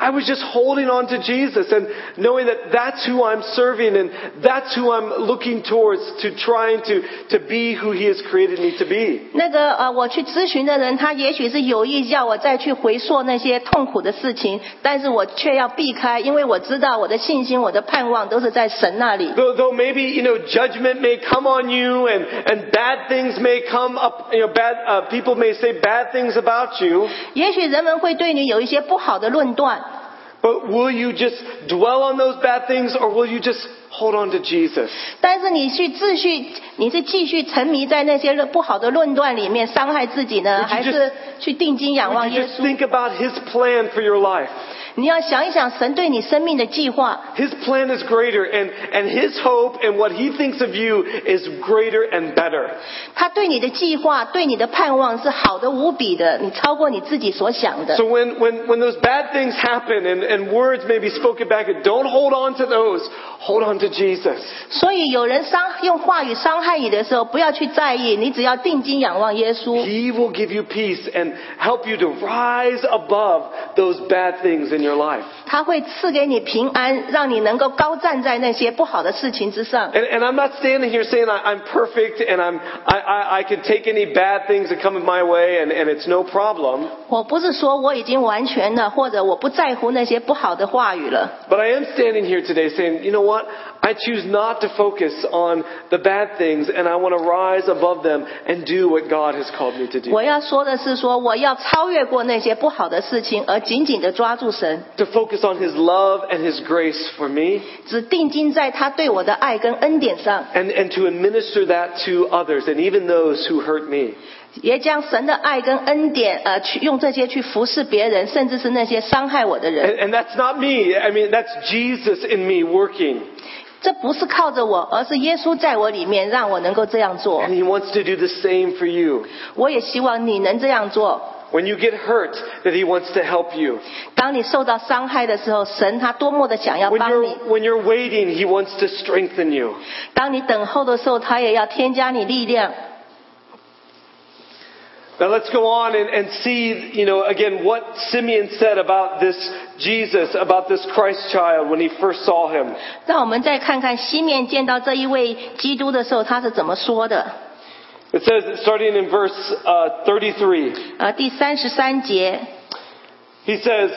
[SPEAKER 2] I was just holding on to Jesus and knowing that that's who I'm serving and that's who I'm looking towards to trying to, to be who he has created me to be.
[SPEAKER 3] 那个呃，我去咨询的人，他也许是有意叫我再去回溯那些痛苦的事情，但是我却要避开，因为我知道我的信心、我的盼望都是在神那里。
[SPEAKER 2] Though, though maybe, you know, judgment may come on you and, and bad things may come up, you know, bad, uh, people may say bad things about you.
[SPEAKER 3] 也许人们会对你有一些不好的论断，
[SPEAKER 2] But will you just dwell on those bad things or will you just hold on to Jesus?
[SPEAKER 3] 但是你去继续，你是继续沉迷在那些不好的论断里面伤害自己呢，
[SPEAKER 2] Would you
[SPEAKER 3] 还
[SPEAKER 2] just-
[SPEAKER 3] 是去定睛仰望
[SPEAKER 2] Would you
[SPEAKER 3] 耶
[SPEAKER 2] just
[SPEAKER 3] 稣？
[SPEAKER 2] think about His plan for your life?
[SPEAKER 3] 你要想一想神对你生命的计划。
[SPEAKER 2] His plan is greater, and, and His hope and what He thinks of you is greater and better.
[SPEAKER 3] 他对你的计划、对你的盼望是好的无比的，你超过你自己所想的。
[SPEAKER 2] So when, when, when those bad things happen and, and words may be spoken back, don't hold on to those. Hold on to Jesus.
[SPEAKER 3] 所以有人伤用话语伤害你的时候，不要去在意，你只要定睛仰望耶稣，
[SPEAKER 2] He will give you peace and help you to rise above those bad things in your life.
[SPEAKER 3] 他会赐给你平安，让你能够高站在那些不好的事情之上。
[SPEAKER 2] And, and I'm not standing here saying I, I'm perfect and I'm, I, I, I can take any bad things that come my way and, and it's no problem.
[SPEAKER 3] 我不是说我已经完全了，或者我不在乎那些不好的话语了。
[SPEAKER 2] But I am standing here today saying, you know what? I choose not to focus on the bad things and I want to rise above them and do what God has called me to do.
[SPEAKER 3] 我要说的是说，我要超越过那些不好的事情，而紧紧地抓住神，
[SPEAKER 2] To focus on His love and His grace for me
[SPEAKER 3] 只定睛在他对我的爱跟恩典上，
[SPEAKER 2] and, and to administer that to others and even those who hurt me.
[SPEAKER 3] 也将神的爱跟恩典，呃，去用这些去服侍别人，甚至是那些伤害我的人
[SPEAKER 2] And,。and that's not me. I mean, that's Jesus in me working.
[SPEAKER 3] 这不是靠着我，而是耶稣在我里面，让我能够这样做
[SPEAKER 2] And。He wants to do the same for you.
[SPEAKER 3] 我也希望你能这样做。
[SPEAKER 2] When you get hurt, that He wants to help you.
[SPEAKER 3] 当你受到伤害的时候，神他多么的想要
[SPEAKER 2] When
[SPEAKER 3] 帮你；
[SPEAKER 2] you're, when you're waiting, He wants to strengthen you.
[SPEAKER 3] 当你等候的时候，他也要添加你力量。
[SPEAKER 2] Now let's go on and, and see, you know, again what Simeon said about this Jesus, about this Christ child when he first saw him.
[SPEAKER 3] 让我们再看看西面见到这一位基督的时候，他是怎么说的。
[SPEAKER 2] It says, starting in verse uh, 33,
[SPEAKER 3] 呃，第三十三节，
[SPEAKER 2] he says,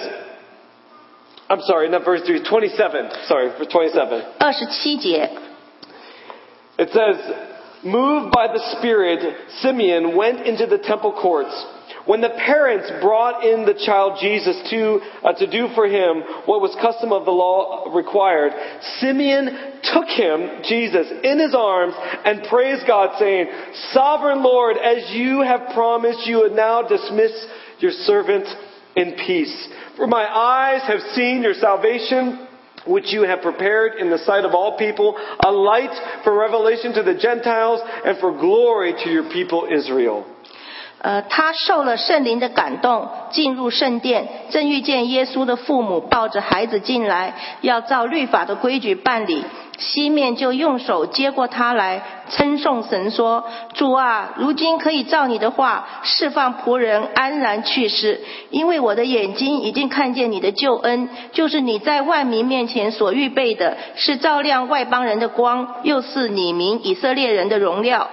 [SPEAKER 2] I'm sorry, not verse 3, 27, sorry, verse 27.
[SPEAKER 3] 二十七节，
[SPEAKER 2] It says, Moved by the Spirit, Simeon went into the temple courts. When the parents brought in the child Jesus to, uh, to do for him what was custom of the law required, Simeon took him, Jesus, in his arms and praised God, saying, Sovereign Lord, as you have promised, you would now dismiss your servant in peace. For my eyes have seen your salvation which you have prepared in the sight of all people, a light for revelation to the Gentiles and for glory to your people Israel.
[SPEAKER 3] 呃，他受了圣灵的感动，进入圣殿，正遇见耶稣的父母抱着孩子进来，要照律法的规矩办理。西面就用手接过他来，称颂神说：“主啊，如今可以照你的话释放仆人安然去世，因为我的眼睛已经看见你的救恩，就是你在万民面前所预备的，是照亮外邦人的光，又是你民以色列人的荣耀。”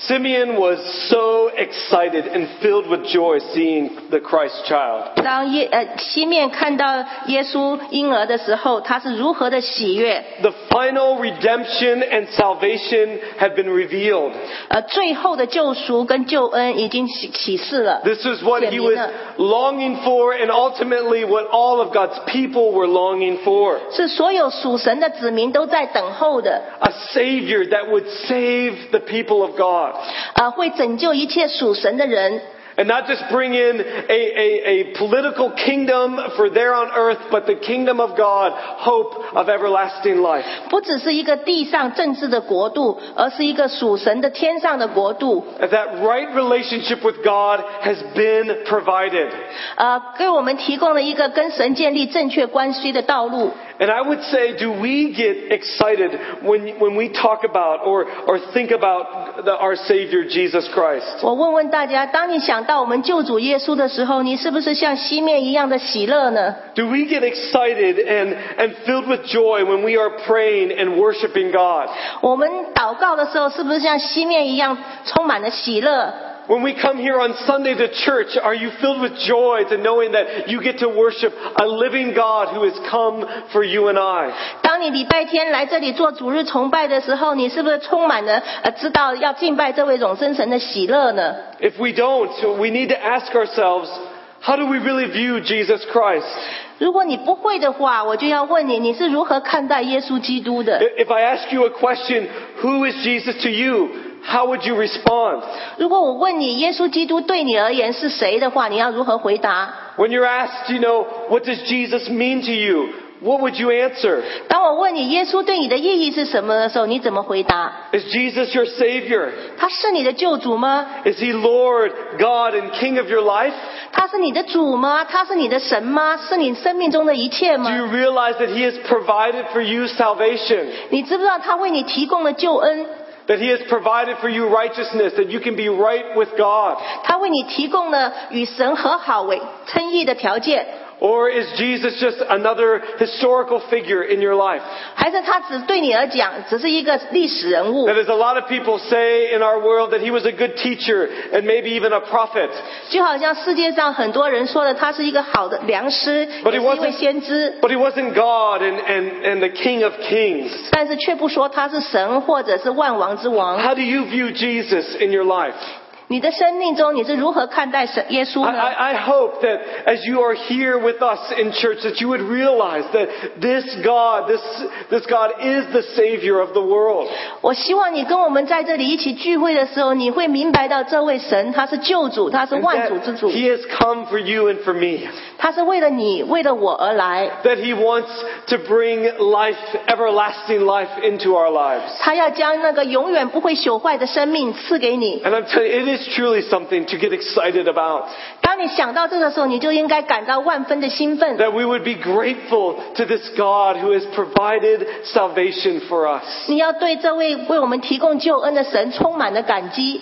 [SPEAKER 2] Simeon was so excited and filled with joy seeing the Christ child.
[SPEAKER 3] 当耶呃西面看到耶稣婴儿的时候，他是如何的喜悦。
[SPEAKER 2] The final redemption and salvation had been revealed.
[SPEAKER 3] 呃，最后的救赎跟救恩已经启启示了。
[SPEAKER 2] This was what he was longing for and ultimately what all of God's people were longing for.
[SPEAKER 3] 是所有属神的子民都在等候的，
[SPEAKER 2] A savior that would save the people of God.
[SPEAKER 3] 呃，会拯救一切属神的人，
[SPEAKER 2] And not just bring in a, a, a political kingdom for there on earth, but the kingdom of God, hope of everlasting life.
[SPEAKER 3] 不只是一个地上政治的国度，而是一个属神的天上的国度。
[SPEAKER 2] That right relationship with God has been provided.
[SPEAKER 3] 呃，给我们提供了一个跟神建立正确关系的道路。
[SPEAKER 2] And I would say, do we get excited when, when we talk about or, or think about the, our Savior Jesus Christ?
[SPEAKER 3] 我问问大家，当你想到我们救主耶稣的时候，你是不是像西面一样的喜乐呢？
[SPEAKER 2] Do we get excited and, and filled with joy when we are praying and worshiping God?
[SPEAKER 3] 我们祷告的时候，是不是像西面一样充满了喜乐？
[SPEAKER 2] When we come here on Sunday to church, are you filled with joy to knowing that you get to worship a living God who has come for you and I?
[SPEAKER 3] 当你礼拜天来这里做主日崇拜的时候，你是不是充满了呃知道要敬拜这位永生神的喜乐呢？
[SPEAKER 2] If we don't, we need to ask ourselves, how do we really view Jesus Christ?
[SPEAKER 3] 如果你不会的话，我就要问你，你是如何看待耶稣基督的？
[SPEAKER 2] If I ask you a question, who is Jesus to you? How would you respond?
[SPEAKER 3] 如果我问你耶稣基督对你而言是谁的话，你要如何回答？
[SPEAKER 2] When you're asked, you know, what does Jesus mean to you? What would you answer?
[SPEAKER 3] 当我问你耶稣对你的意义是什么的时候，你怎么回答？
[SPEAKER 2] Is Jesus your Savior?
[SPEAKER 3] 他是你的救主吗？
[SPEAKER 2] Is He Lord, God, and King of your life?
[SPEAKER 3] 他是你的主吗？他是你的神吗？是你生命中的一切
[SPEAKER 2] Do
[SPEAKER 3] 吗？
[SPEAKER 2] you realize that He has provided for you salvation?
[SPEAKER 3] 你知不知道他为你提供了救恩？
[SPEAKER 2] That He has provided for you righteousness? That you can be right with God?
[SPEAKER 3] 他为你提供了与神和好为称义的条件，
[SPEAKER 2] Or is Jesus just another historical figure in your life?
[SPEAKER 3] 还是他只对你而讲只是一个历史人物？
[SPEAKER 2] That is, a lot of people say in our world that he was a good teacher and maybe even a prophet.
[SPEAKER 3] 就好像世界上很多人说的，他是一个好的良师，
[SPEAKER 2] But he
[SPEAKER 3] 也是一位
[SPEAKER 2] wasn't,
[SPEAKER 3] 先知，
[SPEAKER 2] but he wasn't God and, and, and the King of Kings.
[SPEAKER 3] 但是却不说他是神或者是万王之王。
[SPEAKER 2] How do you view Jesus in your life?
[SPEAKER 3] 你的生命中你是如何看待神耶
[SPEAKER 2] I,
[SPEAKER 3] 稣呢？
[SPEAKER 2] I, I hope that as you are here with us in church, that you would realize that this God, this, this God is the Savior of the world.
[SPEAKER 3] 我希望你跟我们在这里一起聚会的时候，你会明白到这位神他是救主，他是
[SPEAKER 2] And
[SPEAKER 3] 万主之
[SPEAKER 2] that
[SPEAKER 3] 主，
[SPEAKER 2] he has come for you and for me.
[SPEAKER 3] 他是为了你，为了我而来。
[SPEAKER 2] That he wants to bring life, everlasting life into our lives.
[SPEAKER 3] 他要将那个永远不会朽坏的生命赐给你。
[SPEAKER 2] And I'm telling you, it is truly something to get excited about.
[SPEAKER 3] 当你想到这个时候，你就应该感到万分的兴奋。
[SPEAKER 2] That we would be grateful to this God who has provided salvation for us.
[SPEAKER 3] 你要对这位为我们提供救恩的神充满了感激。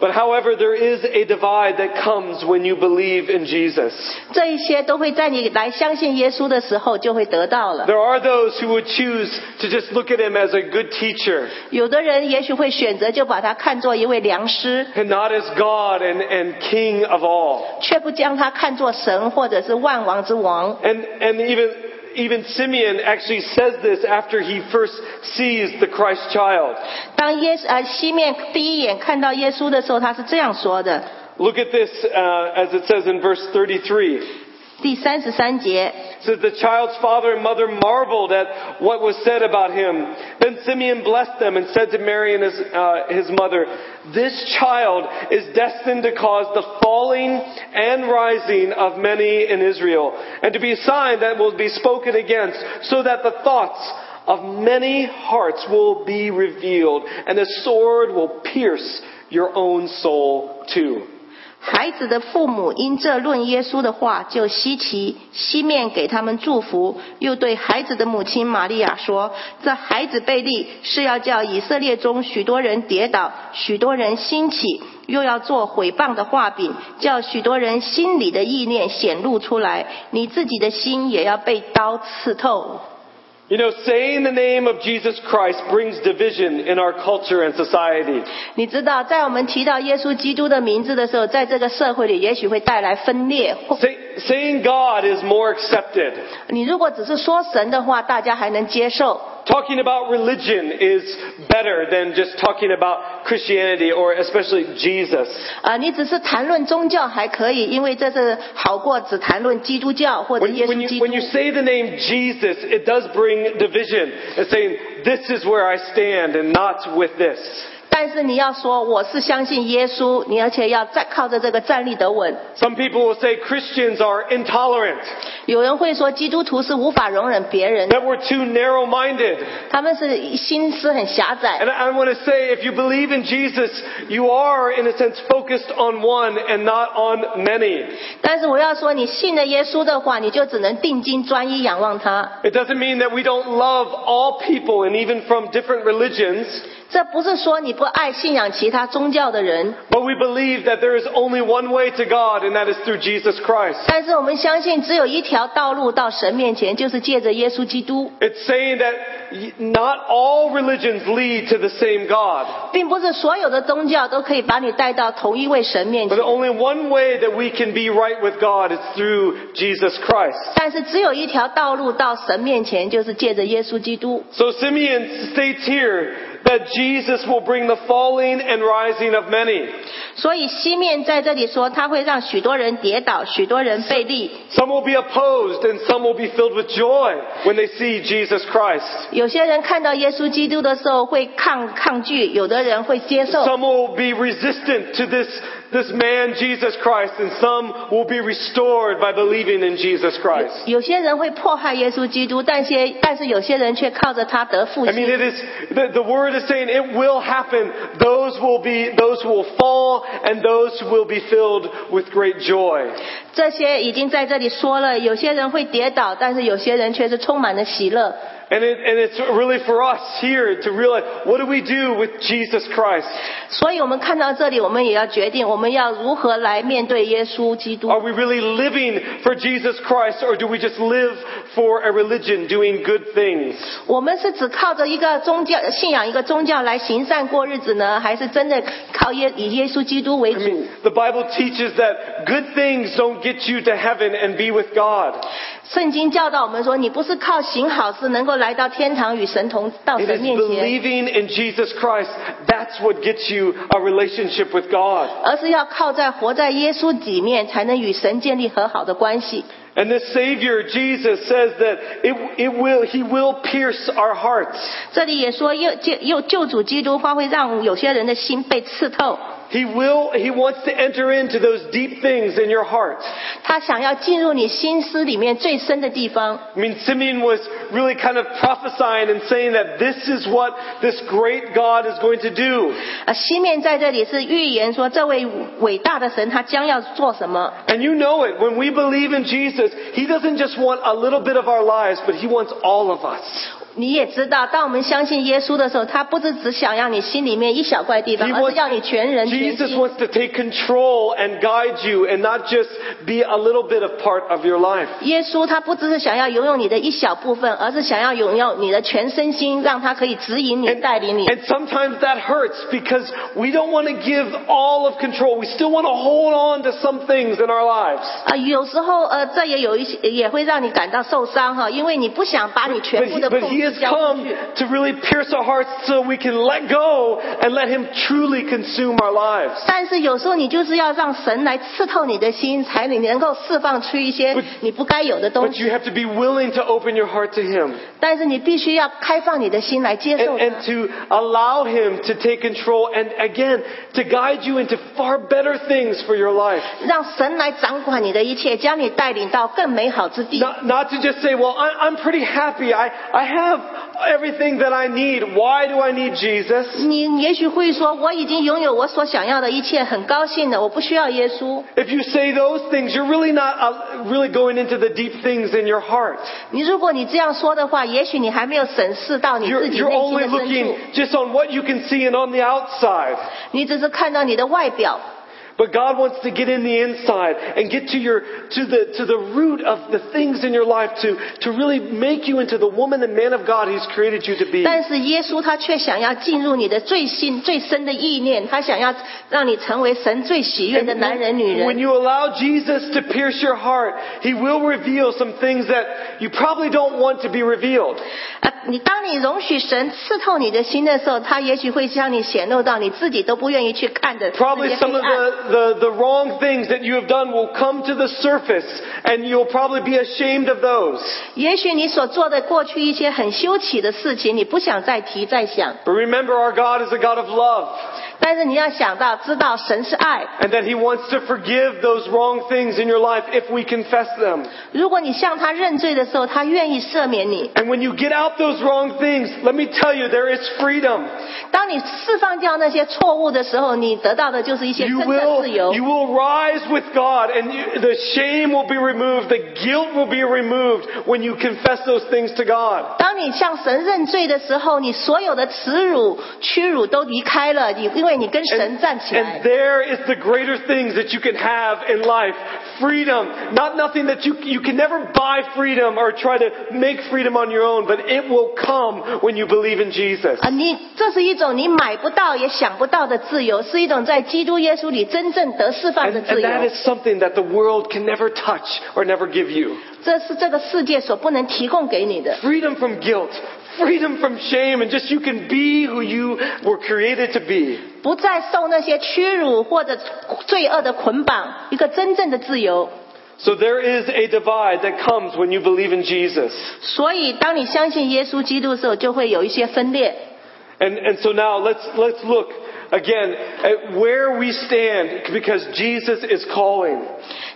[SPEAKER 2] But however, there is a divide that comes when you believe in Jesus.
[SPEAKER 3] 这一些都会在你来相信耶稣的时候就会得到了。
[SPEAKER 2] There are those who would choose to just look at him as a good teacher
[SPEAKER 3] 有的人也许会选择就把他看作一位良师，
[SPEAKER 2] and not as God and, and King of all.
[SPEAKER 3] 却不将他看作神或者是万王之王。
[SPEAKER 2] And, and even, even Simeon actually says this after he first sees the Christ child.
[SPEAKER 3] 当耶呃西面第一眼看到耶稣的时候，他是这样说的：
[SPEAKER 2] Look at this uh, as it says in verse 33.
[SPEAKER 3] 第三十三节，
[SPEAKER 2] says the child's father and mother marveled at what was said about him. Then Simeon blessed them and said to Mary and his, uh, his mother, This child is destined to cause the falling and rising of many in Israel, and to be a sign that will be spoken against, so that the thoughts of many hearts will be revealed, and a sword will pierce your own soul too.
[SPEAKER 3] 孩子的父母因这论耶稣的话就稀奇，西面给他们祝福，又对孩子的母亲玛利亚说：“这孩子被立是要叫以色列中许多人跌倒，许多人兴起，又要做毁谤的画饼，叫许多人心里的意念显露出来。你自己的心也要被刀刺透。”
[SPEAKER 2] You know, saying the name of Jesus Christ brings division in our culture and society.
[SPEAKER 3] 你知道，在我们提到耶稣基督的名字的时候，在这个社会里，也许会带来分裂。或
[SPEAKER 2] Say, saying God is more accepted.
[SPEAKER 3] 你如果只是说神的话，大家还能接受。
[SPEAKER 2] Talking about religion is better than just talking about Christianity or especially Jesus.
[SPEAKER 3] 啊、你只是谈论宗教还可以，因为这是好过只谈论基督教或者
[SPEAKER 2] When,
[SPEAKER 3] 耶
[SPEAKER 2] when
[SPEAKER 3] 稣基
[SPEAKER 2] you,
[SPEAKER 3] 督
[SPEAKER 2] when。you say the name Jesus, it does bring division. It's saying, this is where I stand and not with this.
[SPEAKER 3] 但是你要说我是相信耶稣，你而且要再靠着这个站立得稳。
[SPEAKER 2] Some people will say Christians are intolerant,
[SPEAKER 3] 有人会说基督徒是无法容忍别人，
[SPEAKER 2] that we're too narrow minded.
[SPEAKER 3] 他们是心思很狭窄
[SPEAKER 2] And。I want to say, if you believe in Jesus, you are, in a sense, focused on one and not on many.
[SPEAKER 3] 但是我要说，你信了耶稣的话，你就只能定睛专一仰望他。
[SPEAKER 2] It doesn't mean that we don't love all people and even from different religions,
[SPEAKER 3] 这不是说你不爱信仰其他宗教的人，
[SPEAKER 2] but we believe that there is only one way to God, and that is through Jesus Christ.
[SPEAKER 3] 但是我们相信只有一条道路到神面前，就是借着耶稣基督，
[SPEAKER 2] It's saying that y- not all religions lead to the same God,
[SPEAKER 3] 并不是所有的宗教都可以把你带到同一位神面
[SPEAKER 2] but
[SPEAKER 3] 前
[SPEAKER 2] the。only one way that we can be right with God is through Jesus Christ.
[SPEAKER 3] 但是只有一条道路到神面前，就是借着耶稣基督。
[SPEAKER 2] So Simeon states here that Jesus will bring the falling and rising of many.
[SPEAKER 3] 所以西面在这里说，他会让许多人跌倒，许多人被立，
[SPEAKER 2] Some will be opposed and some will be filled with joy when they see Jesus Christ.
[SPEAKER 3] 有些人看到耶稣基督的时候会抗抗拒，有的人会接受，
[SPEAKER 2] Some will be resistant to this, this man, Jesus Christ, and some will be restored by believing in Jesus Christ.
[SPEAKER 3] 有些人会迫害耶稣基督，但些但是有些人却靠着他得复
[SPEAKER 2] I mean,
[SPEAKER 3] 兴。
[SPEAKER 2] it is, the, the word is saying it will happen. Those will be, those who will fall and those who will be filled with great joy.
[SPEAKER 3] 这些已经在这里说了，有些人会跌倒，但是有些人却是充满了喜乐。
[SPEAKER 2] And, it, and it's really for us here to realize what do we do with Jesus Christ?
[SPEAKER 3] 所以我们看到这里，我们也要决定我们要如何来面对耶稣基督。
[SPEAKER 2] Are we really living for Jesus Christ or do we just live for a religion doing good things?
[SPEAKER 3] 我们是只靠着一个宗教信仰一个宗教来行善过日子呢，还是真的靠耶以耶稣基督为
[SPEAKER 2] I
[SPEAKER 3] 主？
[SPEAKER 2] mean, the Bible teaches that good things don't get you to heaven and be with God.
[SPEAKER 3] 圣经教导我们说，你不是靠行好事能够来到天堂与神同到
[SPEAKER 2] It
[SPEAKER 3] 神
[SPEAKER 2] is
[SPEAKER 3] 面前，
[SPEAKER 2] believing in Jesus Christ. That's what gets you a relationship with God.
[SPEAKER 3] 而是要靠在活在耶稣里面，才能与神建立和好的关系。
[SPEAKER 2] And this Savior, Jesus, says that it, it will, He will pierce our hearts.
[SPEAKER 3] 这里也说，又救又救主基督，他会让有些人的心被刺透，
[SPEAKER 2] He will, He wants to enter into those deep things in your heart.
[SPEAKER 3] 他想要进入你心思里面最深的地方。
[SPEAKER 2] I mean, Simeon was really kind of prophesying and saying that this is what this great God is going to do.
[SPEAKER 3] 啊，西面在这里是预言说，这位伟大的神他将要做什么。
[SPEAKER 2] And you know it. When we believe in Jesus, He doesn't just want a little bit of our lives, but He wants all of us.
[SPEAKER 3] 你也知道，当我们相信耶稣的时候，他不是只想让你心里面一小块地
[SPEAKER 2] He
[SPEAKER 3] 方，而是要你全人全
[SPEAKER 2] Jesus
[SPEAKER 3] 心。
[SPEAKER 2] wants to take control and guide you and not just be a little bit of part of your life.
[SPEAKER 3] 耶稣他不只是想要拥有你的一小部分，而是想要拥有你的全身心，让他可以指引你、
[SPEAKER 2] And,
[SPEAKER 3] 带领你。
[SPEAKER 2] and sometimes that hurts because we don't want to give all of control. We still want to hold on to some things in our lives.
[SPEAKER 3] 啊、有时候呃，这也有一些也会让你感到受伤哈，因为你不想把你
[SPEAKER 2] But
[SPEAKER 3] 全部
[SPEAKER 2] he,
[SPEAKER 3] 的
[SPEAKER 2] but
[SPEAKER 3] 控
[SPEAKER 2] he
[SPEAKER 3] 制
[SPEAKER 2] has
[SPEAKER 3] 交出
[SPEAKER 2] come
[SPEAKER 3] 去。
[SPEAKER 2] to really pierce our hearts so we can let go and let him truly consume our lives.
[SPEAKER 3] 但是有时候你就是要让神来刺透你的心，才你能够释放出一些
[SPEAKER 2] But-
[SPEAKER 3] 你不该有的东
[SPEAKER 2] But
[SPEAKER 3] 西。
[SPEAKER 2] you have to be willing to open your heart to him
[SPEAKER 3] 但是你必须要开放你的心来接
[SPEAKER 2] and,
[SPEAKER 3] 受它。
[SPEAKER 2] and to allow him to take control and again to guide you into far better things for your life.
[SPEAKER 3] 让神来掌管你的一切，将你带领到更美好之地。
[SPEAKER 2] Not, not to just say, well, I, I'm pretty happy. I, I have everything that I need. Why do I need Jesus?
[SPEAKER 3] 你也许会说，我已经拥有我所想要的一切，很高兴的，我不需要耶稣。
[SPEAKER 2] If you say those things, you're really not uh, really going into the deep things in your heart.
[SPEAKER 3] 你如果你这样说的话，也许你还没有审视到你
[SPEAKER 2] You're,
[SPEAKER 3] 自己
[SPEAKER 2] you're
[SPEAKER 3] 内心
[SPEAKER 2] only
[SPEAKER 3] 的深处，
[SPEAKER 2] looking just on what you can see and on the outside.
[SPEAKER 3] 你只是看到你的外表。
[SPEAKER 2] But God wants to get in the inside and get to your to the to the root of the things in your life to to really make you into the woman and man of God He's created you to be.
[SPEAKER 3] 但是耶稣他却想要进入你的最心最深的意念，他想要让你成为神最喜悦的男人、女
[SPEAKER 2] When
[SPEAKER 3] 人。
[SPEAKER 2] you allow Jesus to pierce your heart, He will reveal some things that you probably don't want to be revealed.
[SPEAKER 3] 啊，你当你容许神刺透你的心的时候，他也许会向你显露到你自己都不愿意去看的
[SPEAKER 2] Probably
[SPEAKER 3] 这些
[SPEAKER 2] some
[SPEAKER 3] 黑
[SPEAKER 2] of
[SPEAKER 3] 暗。
[SPEAKER 2] the, the, the wrong things that you have done will come to the surface and you'll probably be ashamed of those.
[SPEAKER 3] 也许你所做的过去一些很羞耻的事情，你不想再提再想，
[SPEAKER 2] But remember our God is a God of love
[SPEAKER 3] 但是你要想到，知道神是爱。
[SPEAKER 2] and that He wants to forgive those wrong things in your life if we confess them.
[SPEAKER 3] 如果你向他认罪的时候，他愿意赦免你。
[SPEAKER 2] And when you get out those wrong things, let me tell you, there is freedom.
[SPEAKER 3] 当你释放掉那些错误的时候，你得到的就是一些
[SPEAKER 2] You
[SPEAKER 3] 真的
[SPEAKER 2] will,
[SPEAKER 3] 自由
[SPEAKER 2] you。will rise with God and you, the shame will be removed, the guilt will be removed when you confess those things to God.
[SPEAKER 3] 当你向神认罪的时候，你所有的耻辱、屈辱都离开了你，因为你跟
[SPEAKER 2] And,
[SPEAKER 3] 神站起
[SPEAKER 2] and
[SPEAKER 3] 来。
[SPEAKER 2] there is the greater things that you can have in life. Freedom. Not nothing that you, you can never buy freedom or try to make freedom on your own, but it will come when you believe in Jesus.
[SPEAKER 3] 啊，你这是一种你买不到也想不到的自由，是一种在基督耶稣里真正得释放
[SPEAKER 2] And,
[SPEAKER 3] 的自
[SPEAKER 2] and
[SPEAKER 3] 由。
[SPEAKER 2] that is something that the world can never touch or never give you.
[SPEAKER 3] 这是这个世界所不能提供给你的。
[SPEAKER 2] Freedom from guilt. Freedom from shame and just you can be who you were created to be.
[SPEAKER 3] 不再受那些屈辱或者罪恶的捆绑，一个真正的自由。
[SPEAKER 2] So there is a divide that comes when you believe in Jesus.
[SPEAKER 3] 所以，当你相信耶稣基督的时候，就会有一些分裂。
[SPEAKER 2] And, and so now let's, let's look again at where we stand because Jesus is calling.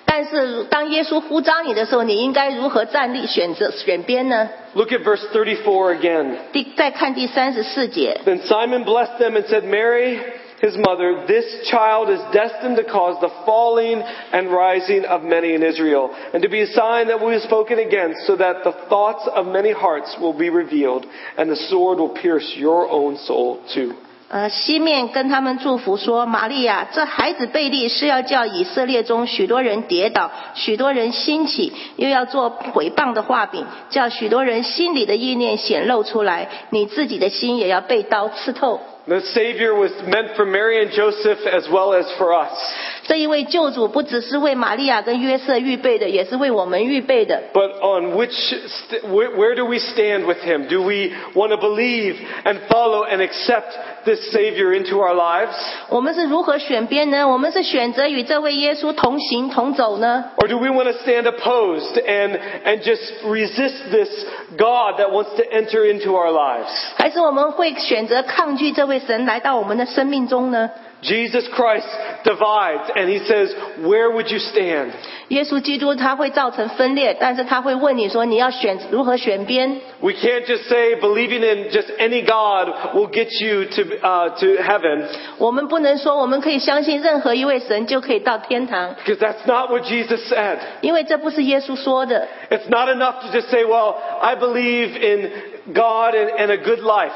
[SPEAKER 3] 但是，当耶稣呼召你的时候，你应该如何站立、选择、选边呢？
[SPEAKER 2] Look at verse 34 again.
[SPEAKER 3] 第再看第三十四节，
[SPEAKER 2] Then Simon blessed them and said, Mary, his mother, this child is destined to cause the falling and rising of many in Israel, and to be a sign that we have spoken against, so that the thoughts of many hearts will be revealed, and the sword will pierce your own soul too.
[SPEAKER 3] 呃，西面跟他们祝福说：“玛利亚，这孩子贝利是要叫以色列中许多人跌倒，许多人兴起，又要做毁谤的画饼，叫许多人心里的意念显露出来。你自己的心也要被刀刺透。
[SPEAKER 2] The Savior was meant for Mary and Joseph as well as for us.
[SPEAKER 3] 这一位救主不只是为玛利亚跟约瑟预备的，也是为我们预备的。
[SPEAKER 2] But on which, st- where, where do we stand with Him? Do we want to believe and follow and accept this Savior into our lives?
[SPEAKER 3] 我们是如何选边呢？我们是选择与这位耶稣同行同走呢，
[SPEAKER 2] Or do we want to stand opposed and, and just resist this God that wants to enter into our lives?
[SPEAKER 3] 还是我们会选择抗拒这位神来到我们的生命中呢？
[SPEAKER 2] Jesus Christ divides and He says, where would you stand?
[SPEAKER 3] 耶稣基督他会造成分裂，但是他会问你说你要选如何选边。
[SPEAKER 2] We can't just say believing in just any God will get you to, uh, to heaven.
[SPEAKER 3] 我们不能说我们可以相信任何一位神就可以到天堂，
[SPEAKER 2] Because that's not what Jesus said.
[SPEAKER 3] 因为这不是耶稣说的。
[SPEAKER 2] It's not enough to just say, well, I believe in God and, and a good life.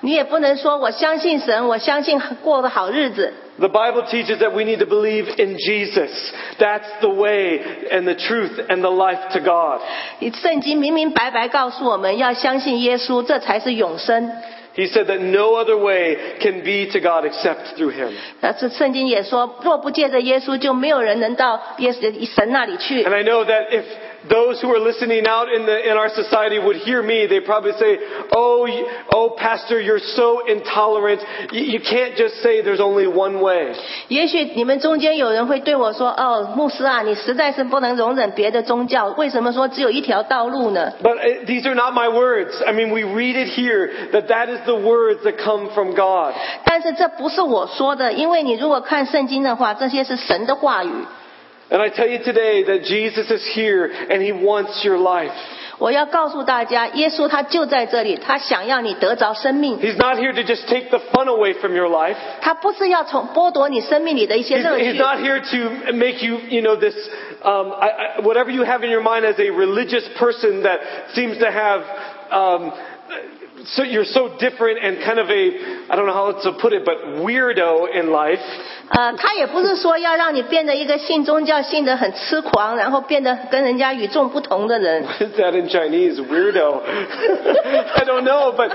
[SPEAKER 3] 你也不能说我相信神，我相信过得好日子。
[SPEAKER 2] The Bible teaches that we need to believe in Jesus. That's the way and the truth and the life to God.
[SPEAKER 3] 圣经明明白白告诉我们要相信耶稣，这才是永生。
[SPEAKER 2] He said that no other way can be to God except through Him.
[SPEAKER 3] 但是圣经也说，若不借着耶稣，就没有人能到耶稣神那里去
[SPEAKER 2] And。I know that if those who are listening out in, the, in our society would hear me, they probably say, oh, you- oh, pastor, you're so intolerant. You, you can't just say there's only one way.
[SPEAKER 3] 也许你们中间有人会对我说：“哦，牧师啊，你实在是不能容忍别的宗教，为什么说只有一条道路呢
[SPEAKER 2] But uh, these are not my words. I mean, we read it here that that is the words that come from God.？”
[SPEAKER 3] 但是这不是我说的，因为你如果看圣经的话，这些是神的话语。
[SPEAKER 2] And I tell you today that Jesus is here and He wants your life.
[SPEAKER 3] 我要告诉大家，耶稣他就在这里，他想要你得着生命，
[SPEAKER 2] He's not here to just take the fun away from your life.
[SPEAKER 3] 他不是要从剥夺你生命里的一些
[SPEAKER 2] He's,
[SPEAKER 3] 乐
[SPEAKER 2] he's
[SPEAKER 3] 趣。
[SPEAKER 2] not here to make you, you know, this, um, I, I, whatever you have in your mind as a religious person that seems to have um, so you're so different and kind of a I don't know how to put it, but weirdo in life.
[SPEAKER 3] 呃，他也不是说要让你变得一个信宗教信得很痴狂，然后变得跟人家与众不同的人。
[SPEAKER 2] Is that in Chinese? Weirdo. I don't know, but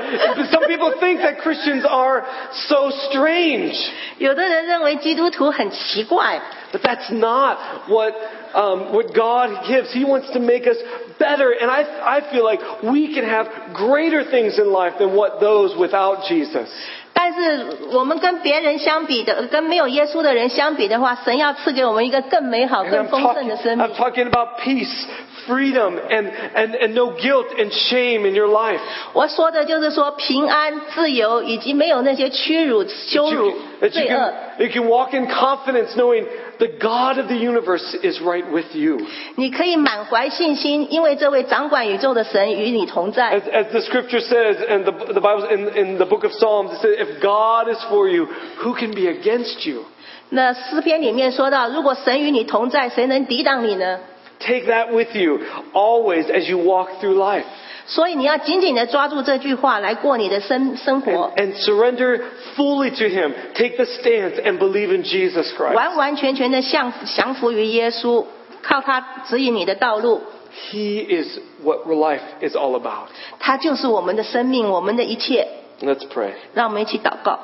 [SPEAKER 2] some people think that Christians are so strange.
[SPEAKER 3] 有的人认为基督徒很奇怪，
[SPEAKER 2] But that's not what, um, what God gives. He wants to make us better. And I, I feel like we can have greater things in life than what those without Jesus.
[SPEAKER 3] 但是我们跟别人相比的，跟没有耶稣的人相比的话，神要赐给我们一个更美好、
[SPEAKER 2] And
[SPEAKER 3] 更
[SPEAKER 2] I'm
[SPEAKER 3] 丰盛
[SPEAKER 2] talking,
[SPEAKER 3] 的生命
[SPEAKER 2] I'm。talking about peace, freedom, and, and, and no guilt and shame in your life.
[SPEAKER 3] 我说的就是说平安、自由，以及没有那些屈辱、羞
[SPEAKER 2] That
[SPEAKER 3] 辱
[SPEAKER 2] you, that you
[SPEAKER 3] 罪恶。
[SPEAKER 2] can, you can walk in confidence knowing the God of the universe is right with you.
[SPEAKER 3] 你可以满怀信心，因为这位掌管宇宙的神与你同在
[SPEAKER 2] As,。as the scripture says, and the, the Bible in, in the book of Psalms, it says, if God is for you, who can be against you?
[SPEAKER 3] 那诗篇里面说到，如果神与你同在，谁能抵挡你呢？
[SPEAKER 2] Take that with you always as you walk through life
[SPEAKER 3] 所以你要紧紧地抓住这句话来过你的生生
[SPEAKER 2] and,
[SPEAKER 3] 活，
[SPEAKER 2] and surrender fully to Him. Take the stance and believe in Jesus Christ.
[SPEAKER 3] 完完全全地降降服于耶稣，靠他指引你的道路。
[SPEAKER 2] He is what life is all about.
[SPEAKER 3] 他就是我们的生命，我们的一切。
[SPEAKER 2] Let's pray.
[SPEAKER 3] 让我们一起祷告，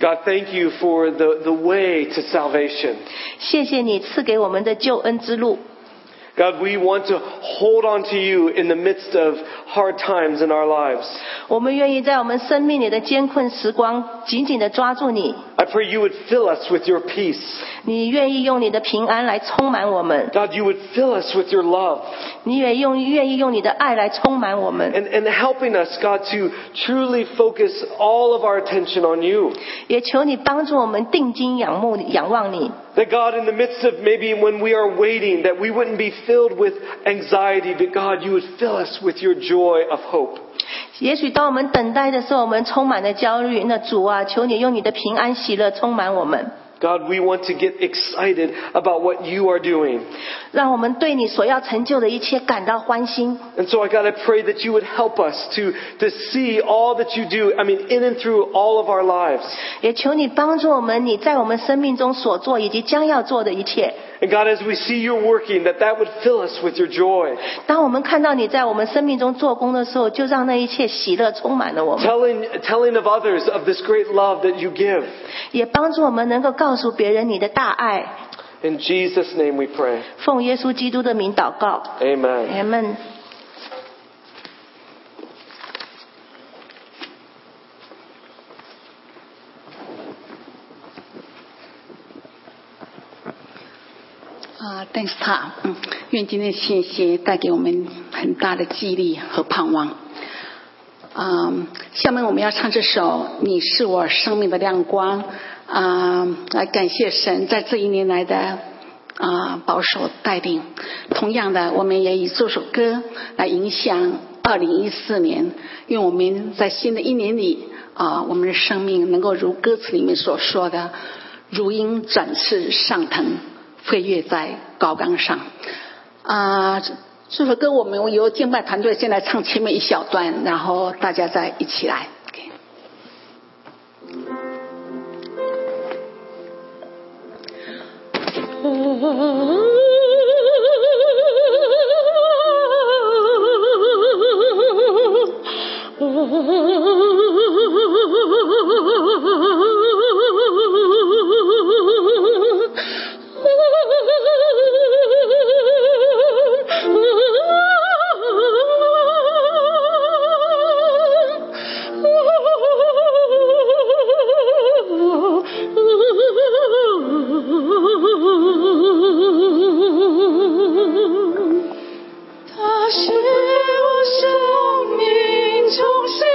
[SPEAKER 2] God, thank you for the, the way to salvation.
[SPEAKER 3] 谢谢你赐给我们的救恩之路。
[SPEAKER 2] God, we want to hold on to you in the midst of hard times in our lives.
[SPEAKER 3] 我们愿意在我们生命里的艰困时光，紧紧地抓住你。
[SPEAKER 2] I pray you would fill us with your peace.
[SPEAKER 3] 你愿意用你的平安来充满我们，
[SPEAKER 2] God, you would fill us with your love
[SPEAKER 3] 你也用愿意用你的爱来充满我们，
[SPEAKER 2] and, and helping us, God, to truly focus all of our attention on you.
[SPEAKER 3] 也求你帮助我们定睛仰慕你仰望你。
[SPEAKER 2] That God, in the midst of maybe when we are waiting, that we wouldn't be filled with anxiety, but God, you would fill us with your joy of hope.
[SPEAKER 3] 也许当我们等待的时候，我们充满了焦虑。那主啊，求你用你的平安喜乐充满我们，
[SPEAKER 2] God, we want to get excited about what you are doing.
[SPEAKER 3] 让我们对你所要成就的一切感到欢欣。
[SPEAKER 2] And so, I God, I pray that you would help us to, to see all that you do, I mean, in and through all of our lives.
[SPEAKER 3] 也求你帮助我们，你在我们生命中所做以及将要做的一切。
[SPEAKER 2] And God, as we see you working, that that would fill us with your joy.
[SPEAKER 3] 当我们看到你在我们生命中做工的时候，就让那一切喜乐充满了我们，
[SPEAKER 2] telling, telling of others of this great love that you give.
[SPEAKER 3] 也帮助我们能够告诉别人你的大爱。
[SPEAKER 2] In Jesus' name we pray.
[SPEAKER 3] 奉耶稣基督的名祷告
[SPEAKER 2] Amen.
[SPEAKER 3] ，Amen。
[SPEAKER 4] 啊，Thanks Tom，嗯，愿今天的信息带给我们很大的激励和盼望。啊、下面我们要唱这首《你是我生命的亮光》啊、来感谢神在这一年来的啊、保守带领。同样的，我们也以这首歌来影响二零一四年，因为我们在新的一年里啊、我们的生命能够如歌词里面所说的，如鹰展翅上腾，飞跃在高岗上。啊、这首歌我们由敬拜团队先来唱前面一小段，然后大家再一起来。OK
[SPEAKER 5] 他是我生命中心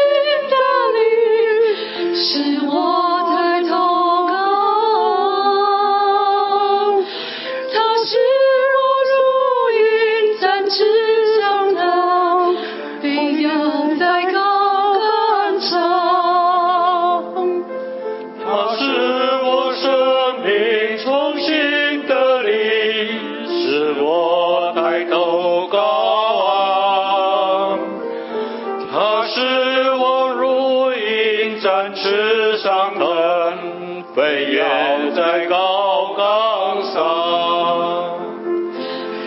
[SPEAKER 5] 被远在高岗上。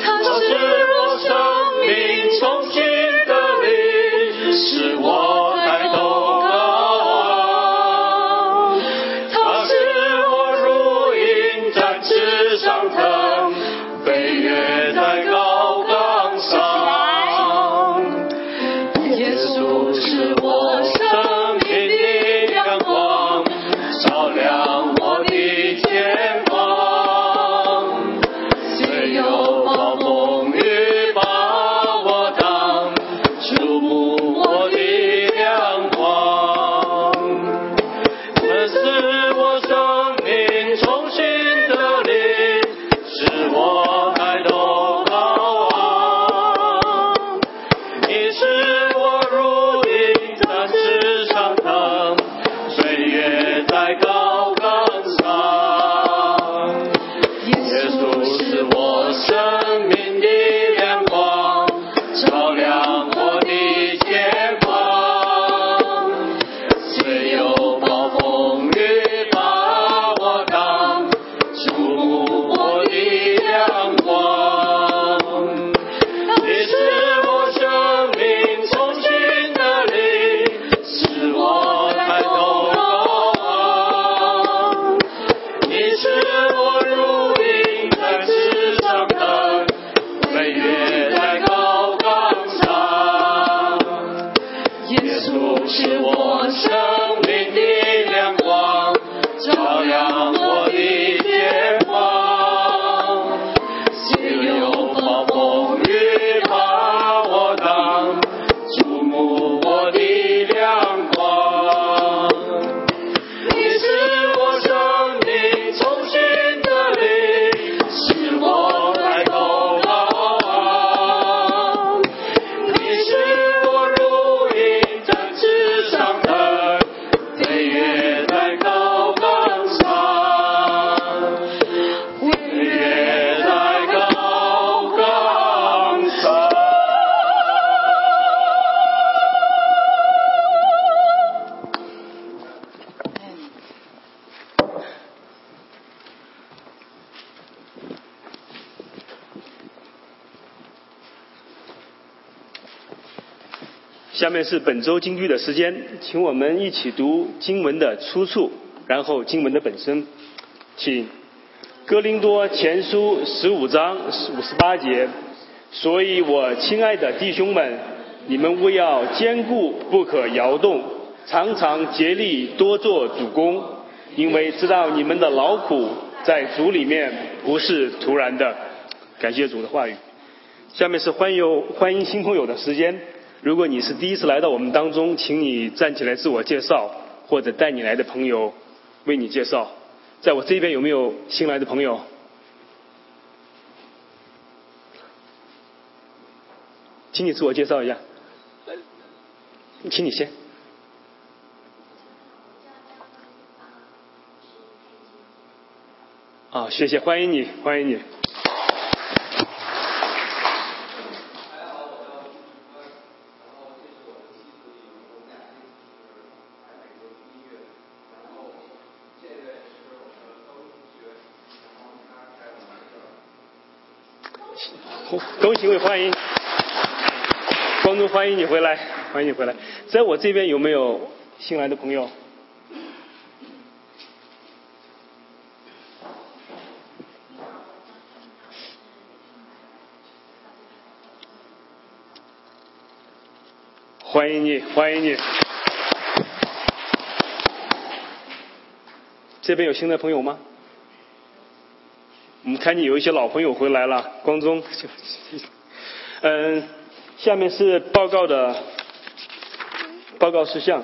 [SPEAKER 6] 他
[SPEAKER 5] 它
[SPEAKER 6] 是
[SPEAKER 5] 是
[SPEAKER 6] 我
[SPEAKER 5] 我生
[SPEAKER 6] 生
[SPEAKER 5] 命
[SPEAKER 6] 命
[SPEAKER 5] 重
[SPEAKER 6] 重
[SPEAKER 5] 新
[SPEAKER 6] 新
[SPEAKER 5] 的
[SPEAKER 6] 的
[SPEAKER 5] 力，
[SPEAKER 6] 力，
[SPEAKER 5] 使
[SPEAKER 6] 使
[SPEAKER 5] 我
[SPEAKER 6] 我
[SPEAKER 5] 抬
[SPEAKER 6] 抬
[SPEAKER 5] 头
[SPEAKER 6] 头
[SPEAKER 5] 高
[SPEAKER 6] 高
[SPEAKER 5] 望
[SPEAKER 6] 望。他
[SPEAKER 5] 它是
[SPEAKER 6] 是
[SPEAKER 5] 我
[SPEAKER 6] 我如
[SPEAKER 5] 如鹰
[SPEAKER 6] 鹰
[SPEAKER 5] 展
[SPEAKER 6] 展
[SPEAKER 5] 翅
[SPEAKER 6] 翅上
[SPEAKER 5] 上腾
[SPEAKER 6] 腾，
[SPEAKER 5] 飞
[SPEAKER 6] 飞
[SPEAKER 5] 跃
[SPEAKER 6] 跃
[SPEAKER 5] 在
[SPEAKER 6] 在
[SPEAKER 5] 高
[SPEAKER 6] 高
[SPEAKER 5] 岗
[SPEAKER 6] 岗
[SPEAKER 5] 上
[SPEAKER 6] 上。
[SPEAKER 5] 耶
[SPEAKER 6] 耶
[SPEAKER 5] 稣
[SPEAKER 6] 稣
[SPEAKER 5] 是
[SPEAKER 6] 是
[SPEAKER 5] 我
[SPEAKER 6] 我
[SPEAKER 5] 生
[SPEAKER 6] 生命
[SPEAKER 5] 命的
[SPEAKER 6] 的
[SPEAKER 5] 亮
[SPEAKER 6] 亮
[SPEAKER 5] 光
[SPEAKER 6] 光，
[SPEAKER 5] 照亮我的前方。
[SPEAKER 6] 虽
[SPEAKER 5] 没有
[SPEAKER 6] 有
[SPEAKER 5] 暴
[SPEAKER 6] 暴
[SPEAKER 5] 风
[SPEAKER 6] 风
[SPEAKER 5] 雨
[SPEAKER 6] 雨
[SPEAKER 5] 把
[SPEAKER 6] 把
[SPEAKER 5] 我
[SPEAKER 6] 我
[SPEAKER 5] 挡
[SPEAKER 6] 挡，
[SPEAKER 5] 注目我的亮光。这是我生命重新的力，使我抬头高望。你是我如鹰展翅上腾，飞跃在高岗上。耶稣是我生命的亮光，照亮我的前方。虽有暴风雨把我挡，注目我的亮光。你是我生命重新的力，使我抬头高望。你是我如鹰展翅上腾，飞跃在高岗上。耶稣是我生命的亮光，照亮我的前方。虽有暴风雨把我挡，注目我的亮光。你是我生命重新的力，使我抬头高望。你是我如鹰展翅上腾，飞跃在高岗上，飞跃在高岗上。
[SPEAKER 1] 下面是本周京剧的时间，请我们一起读经文的出处，然后经文的本身。请《哥林多前书》十五章五十八节。所以我亲爱的弟兄们，你们务要坚固，不可摇动，常常竭力多做主公，因为知道你们的劳苦在主里面不是徒然的。感谢主的话语。下面是欢友欢迎新朋友的时间。如果你是第一次来到我们当中，请你站起来自我介绍，或者带你来的朋友为你介绍。在我这边有没有新来的朋友？请你自我介绍一下。呃请你先。啊，谢谢，欢迎你，欢迎你。恭喜会欢迎，观众欢迎你回来，欢迎你回来。在我这边有没有新来的朋友？欢迎你，欢迎你。这边有新的朋友吗？我们看见有一些老朋友回来了，光宗，嗯，下面是报告的报告事项。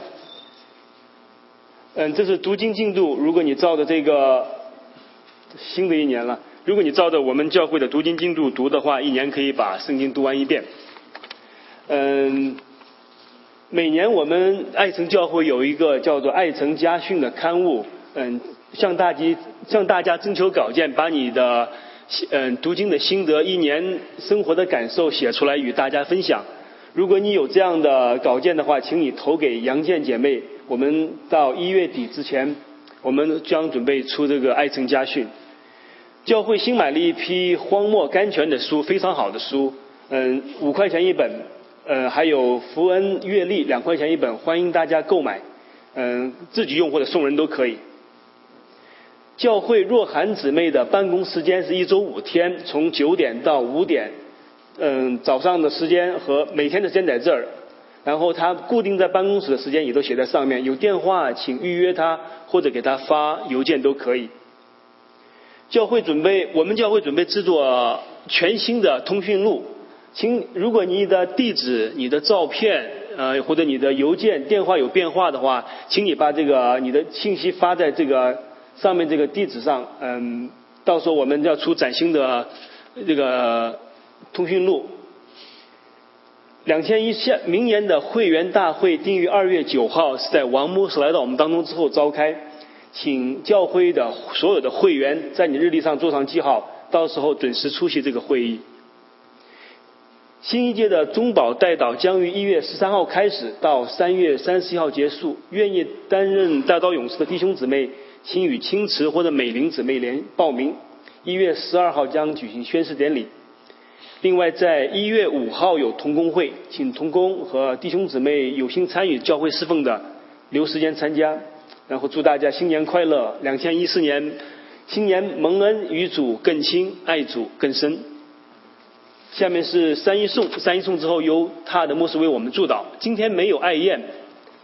[SPEAKER 1] 嗯，这是读经进度。如果你照着这个新的一年了，如果你照着我们教会的读经进度读的话，一年可以把圣经读完一遍。嗯，每年我们爱城教会有一个叫做《爱城家训》的刊物，嗯，向大家向大家征求稿件，把你的嗯读经的心得、一年生活的感受写出来与大家分享。如果你有这样的稿件的话，请你投给杨健姐妹，我们到一月底之前我们将准备出这个艾城家训。教会新买了一批荒漠甘泉的书，非常好的书，嗯，五块钱一本，呃，还有福恩阅历两块钱一本，欢迎大家购买，嗯，自己用或者送人都可以。教会若涵姊妹的办公时间是一周五天，从九点到五点，嗯，早上的时间和每天的时间在这儿，然后她固定在办公室的时间也都写在上面，有电话请预约她，或者给她发邮件都可以。教会准备，我们教会准备制作全新的通讯录，请如果你的地址、你的照片，呃，或者你的邮件、电话有变化的话，请你把这个你的信息发在这个上面这个地址上，嗯，到时候我们要出崭新的这个通讯录。两千一下明年的会员大会定于二月九号，是在王牧师来到我们当中之后召开。请教会的所有的会员在你日历上做上记号，到时候准时出席这个会议。新一届的中保代祷将于一月十三号开始，到三月三十一号结束。愿意担任代祷勇士的弟兄姊妹，请与青池或者美玲姊妹联报名。一月十二号将举行宣誓典礼。另外，在一月五号有同工会，请同工和弟兄姊妹有心参与教会侍奉的，留时间参加。然后祝大家新年快乐，两千一四年新年蒙恩与主更亲，爱主更深。下面是三一颂，三一颂之后由他的牧师为我们祝祷。今天没有爱宴，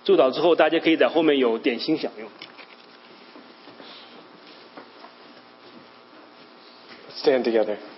[SPEAKER 1] 祝祷之后大家可以在后面有点心享用。
[SPEAKER 2] Stand together.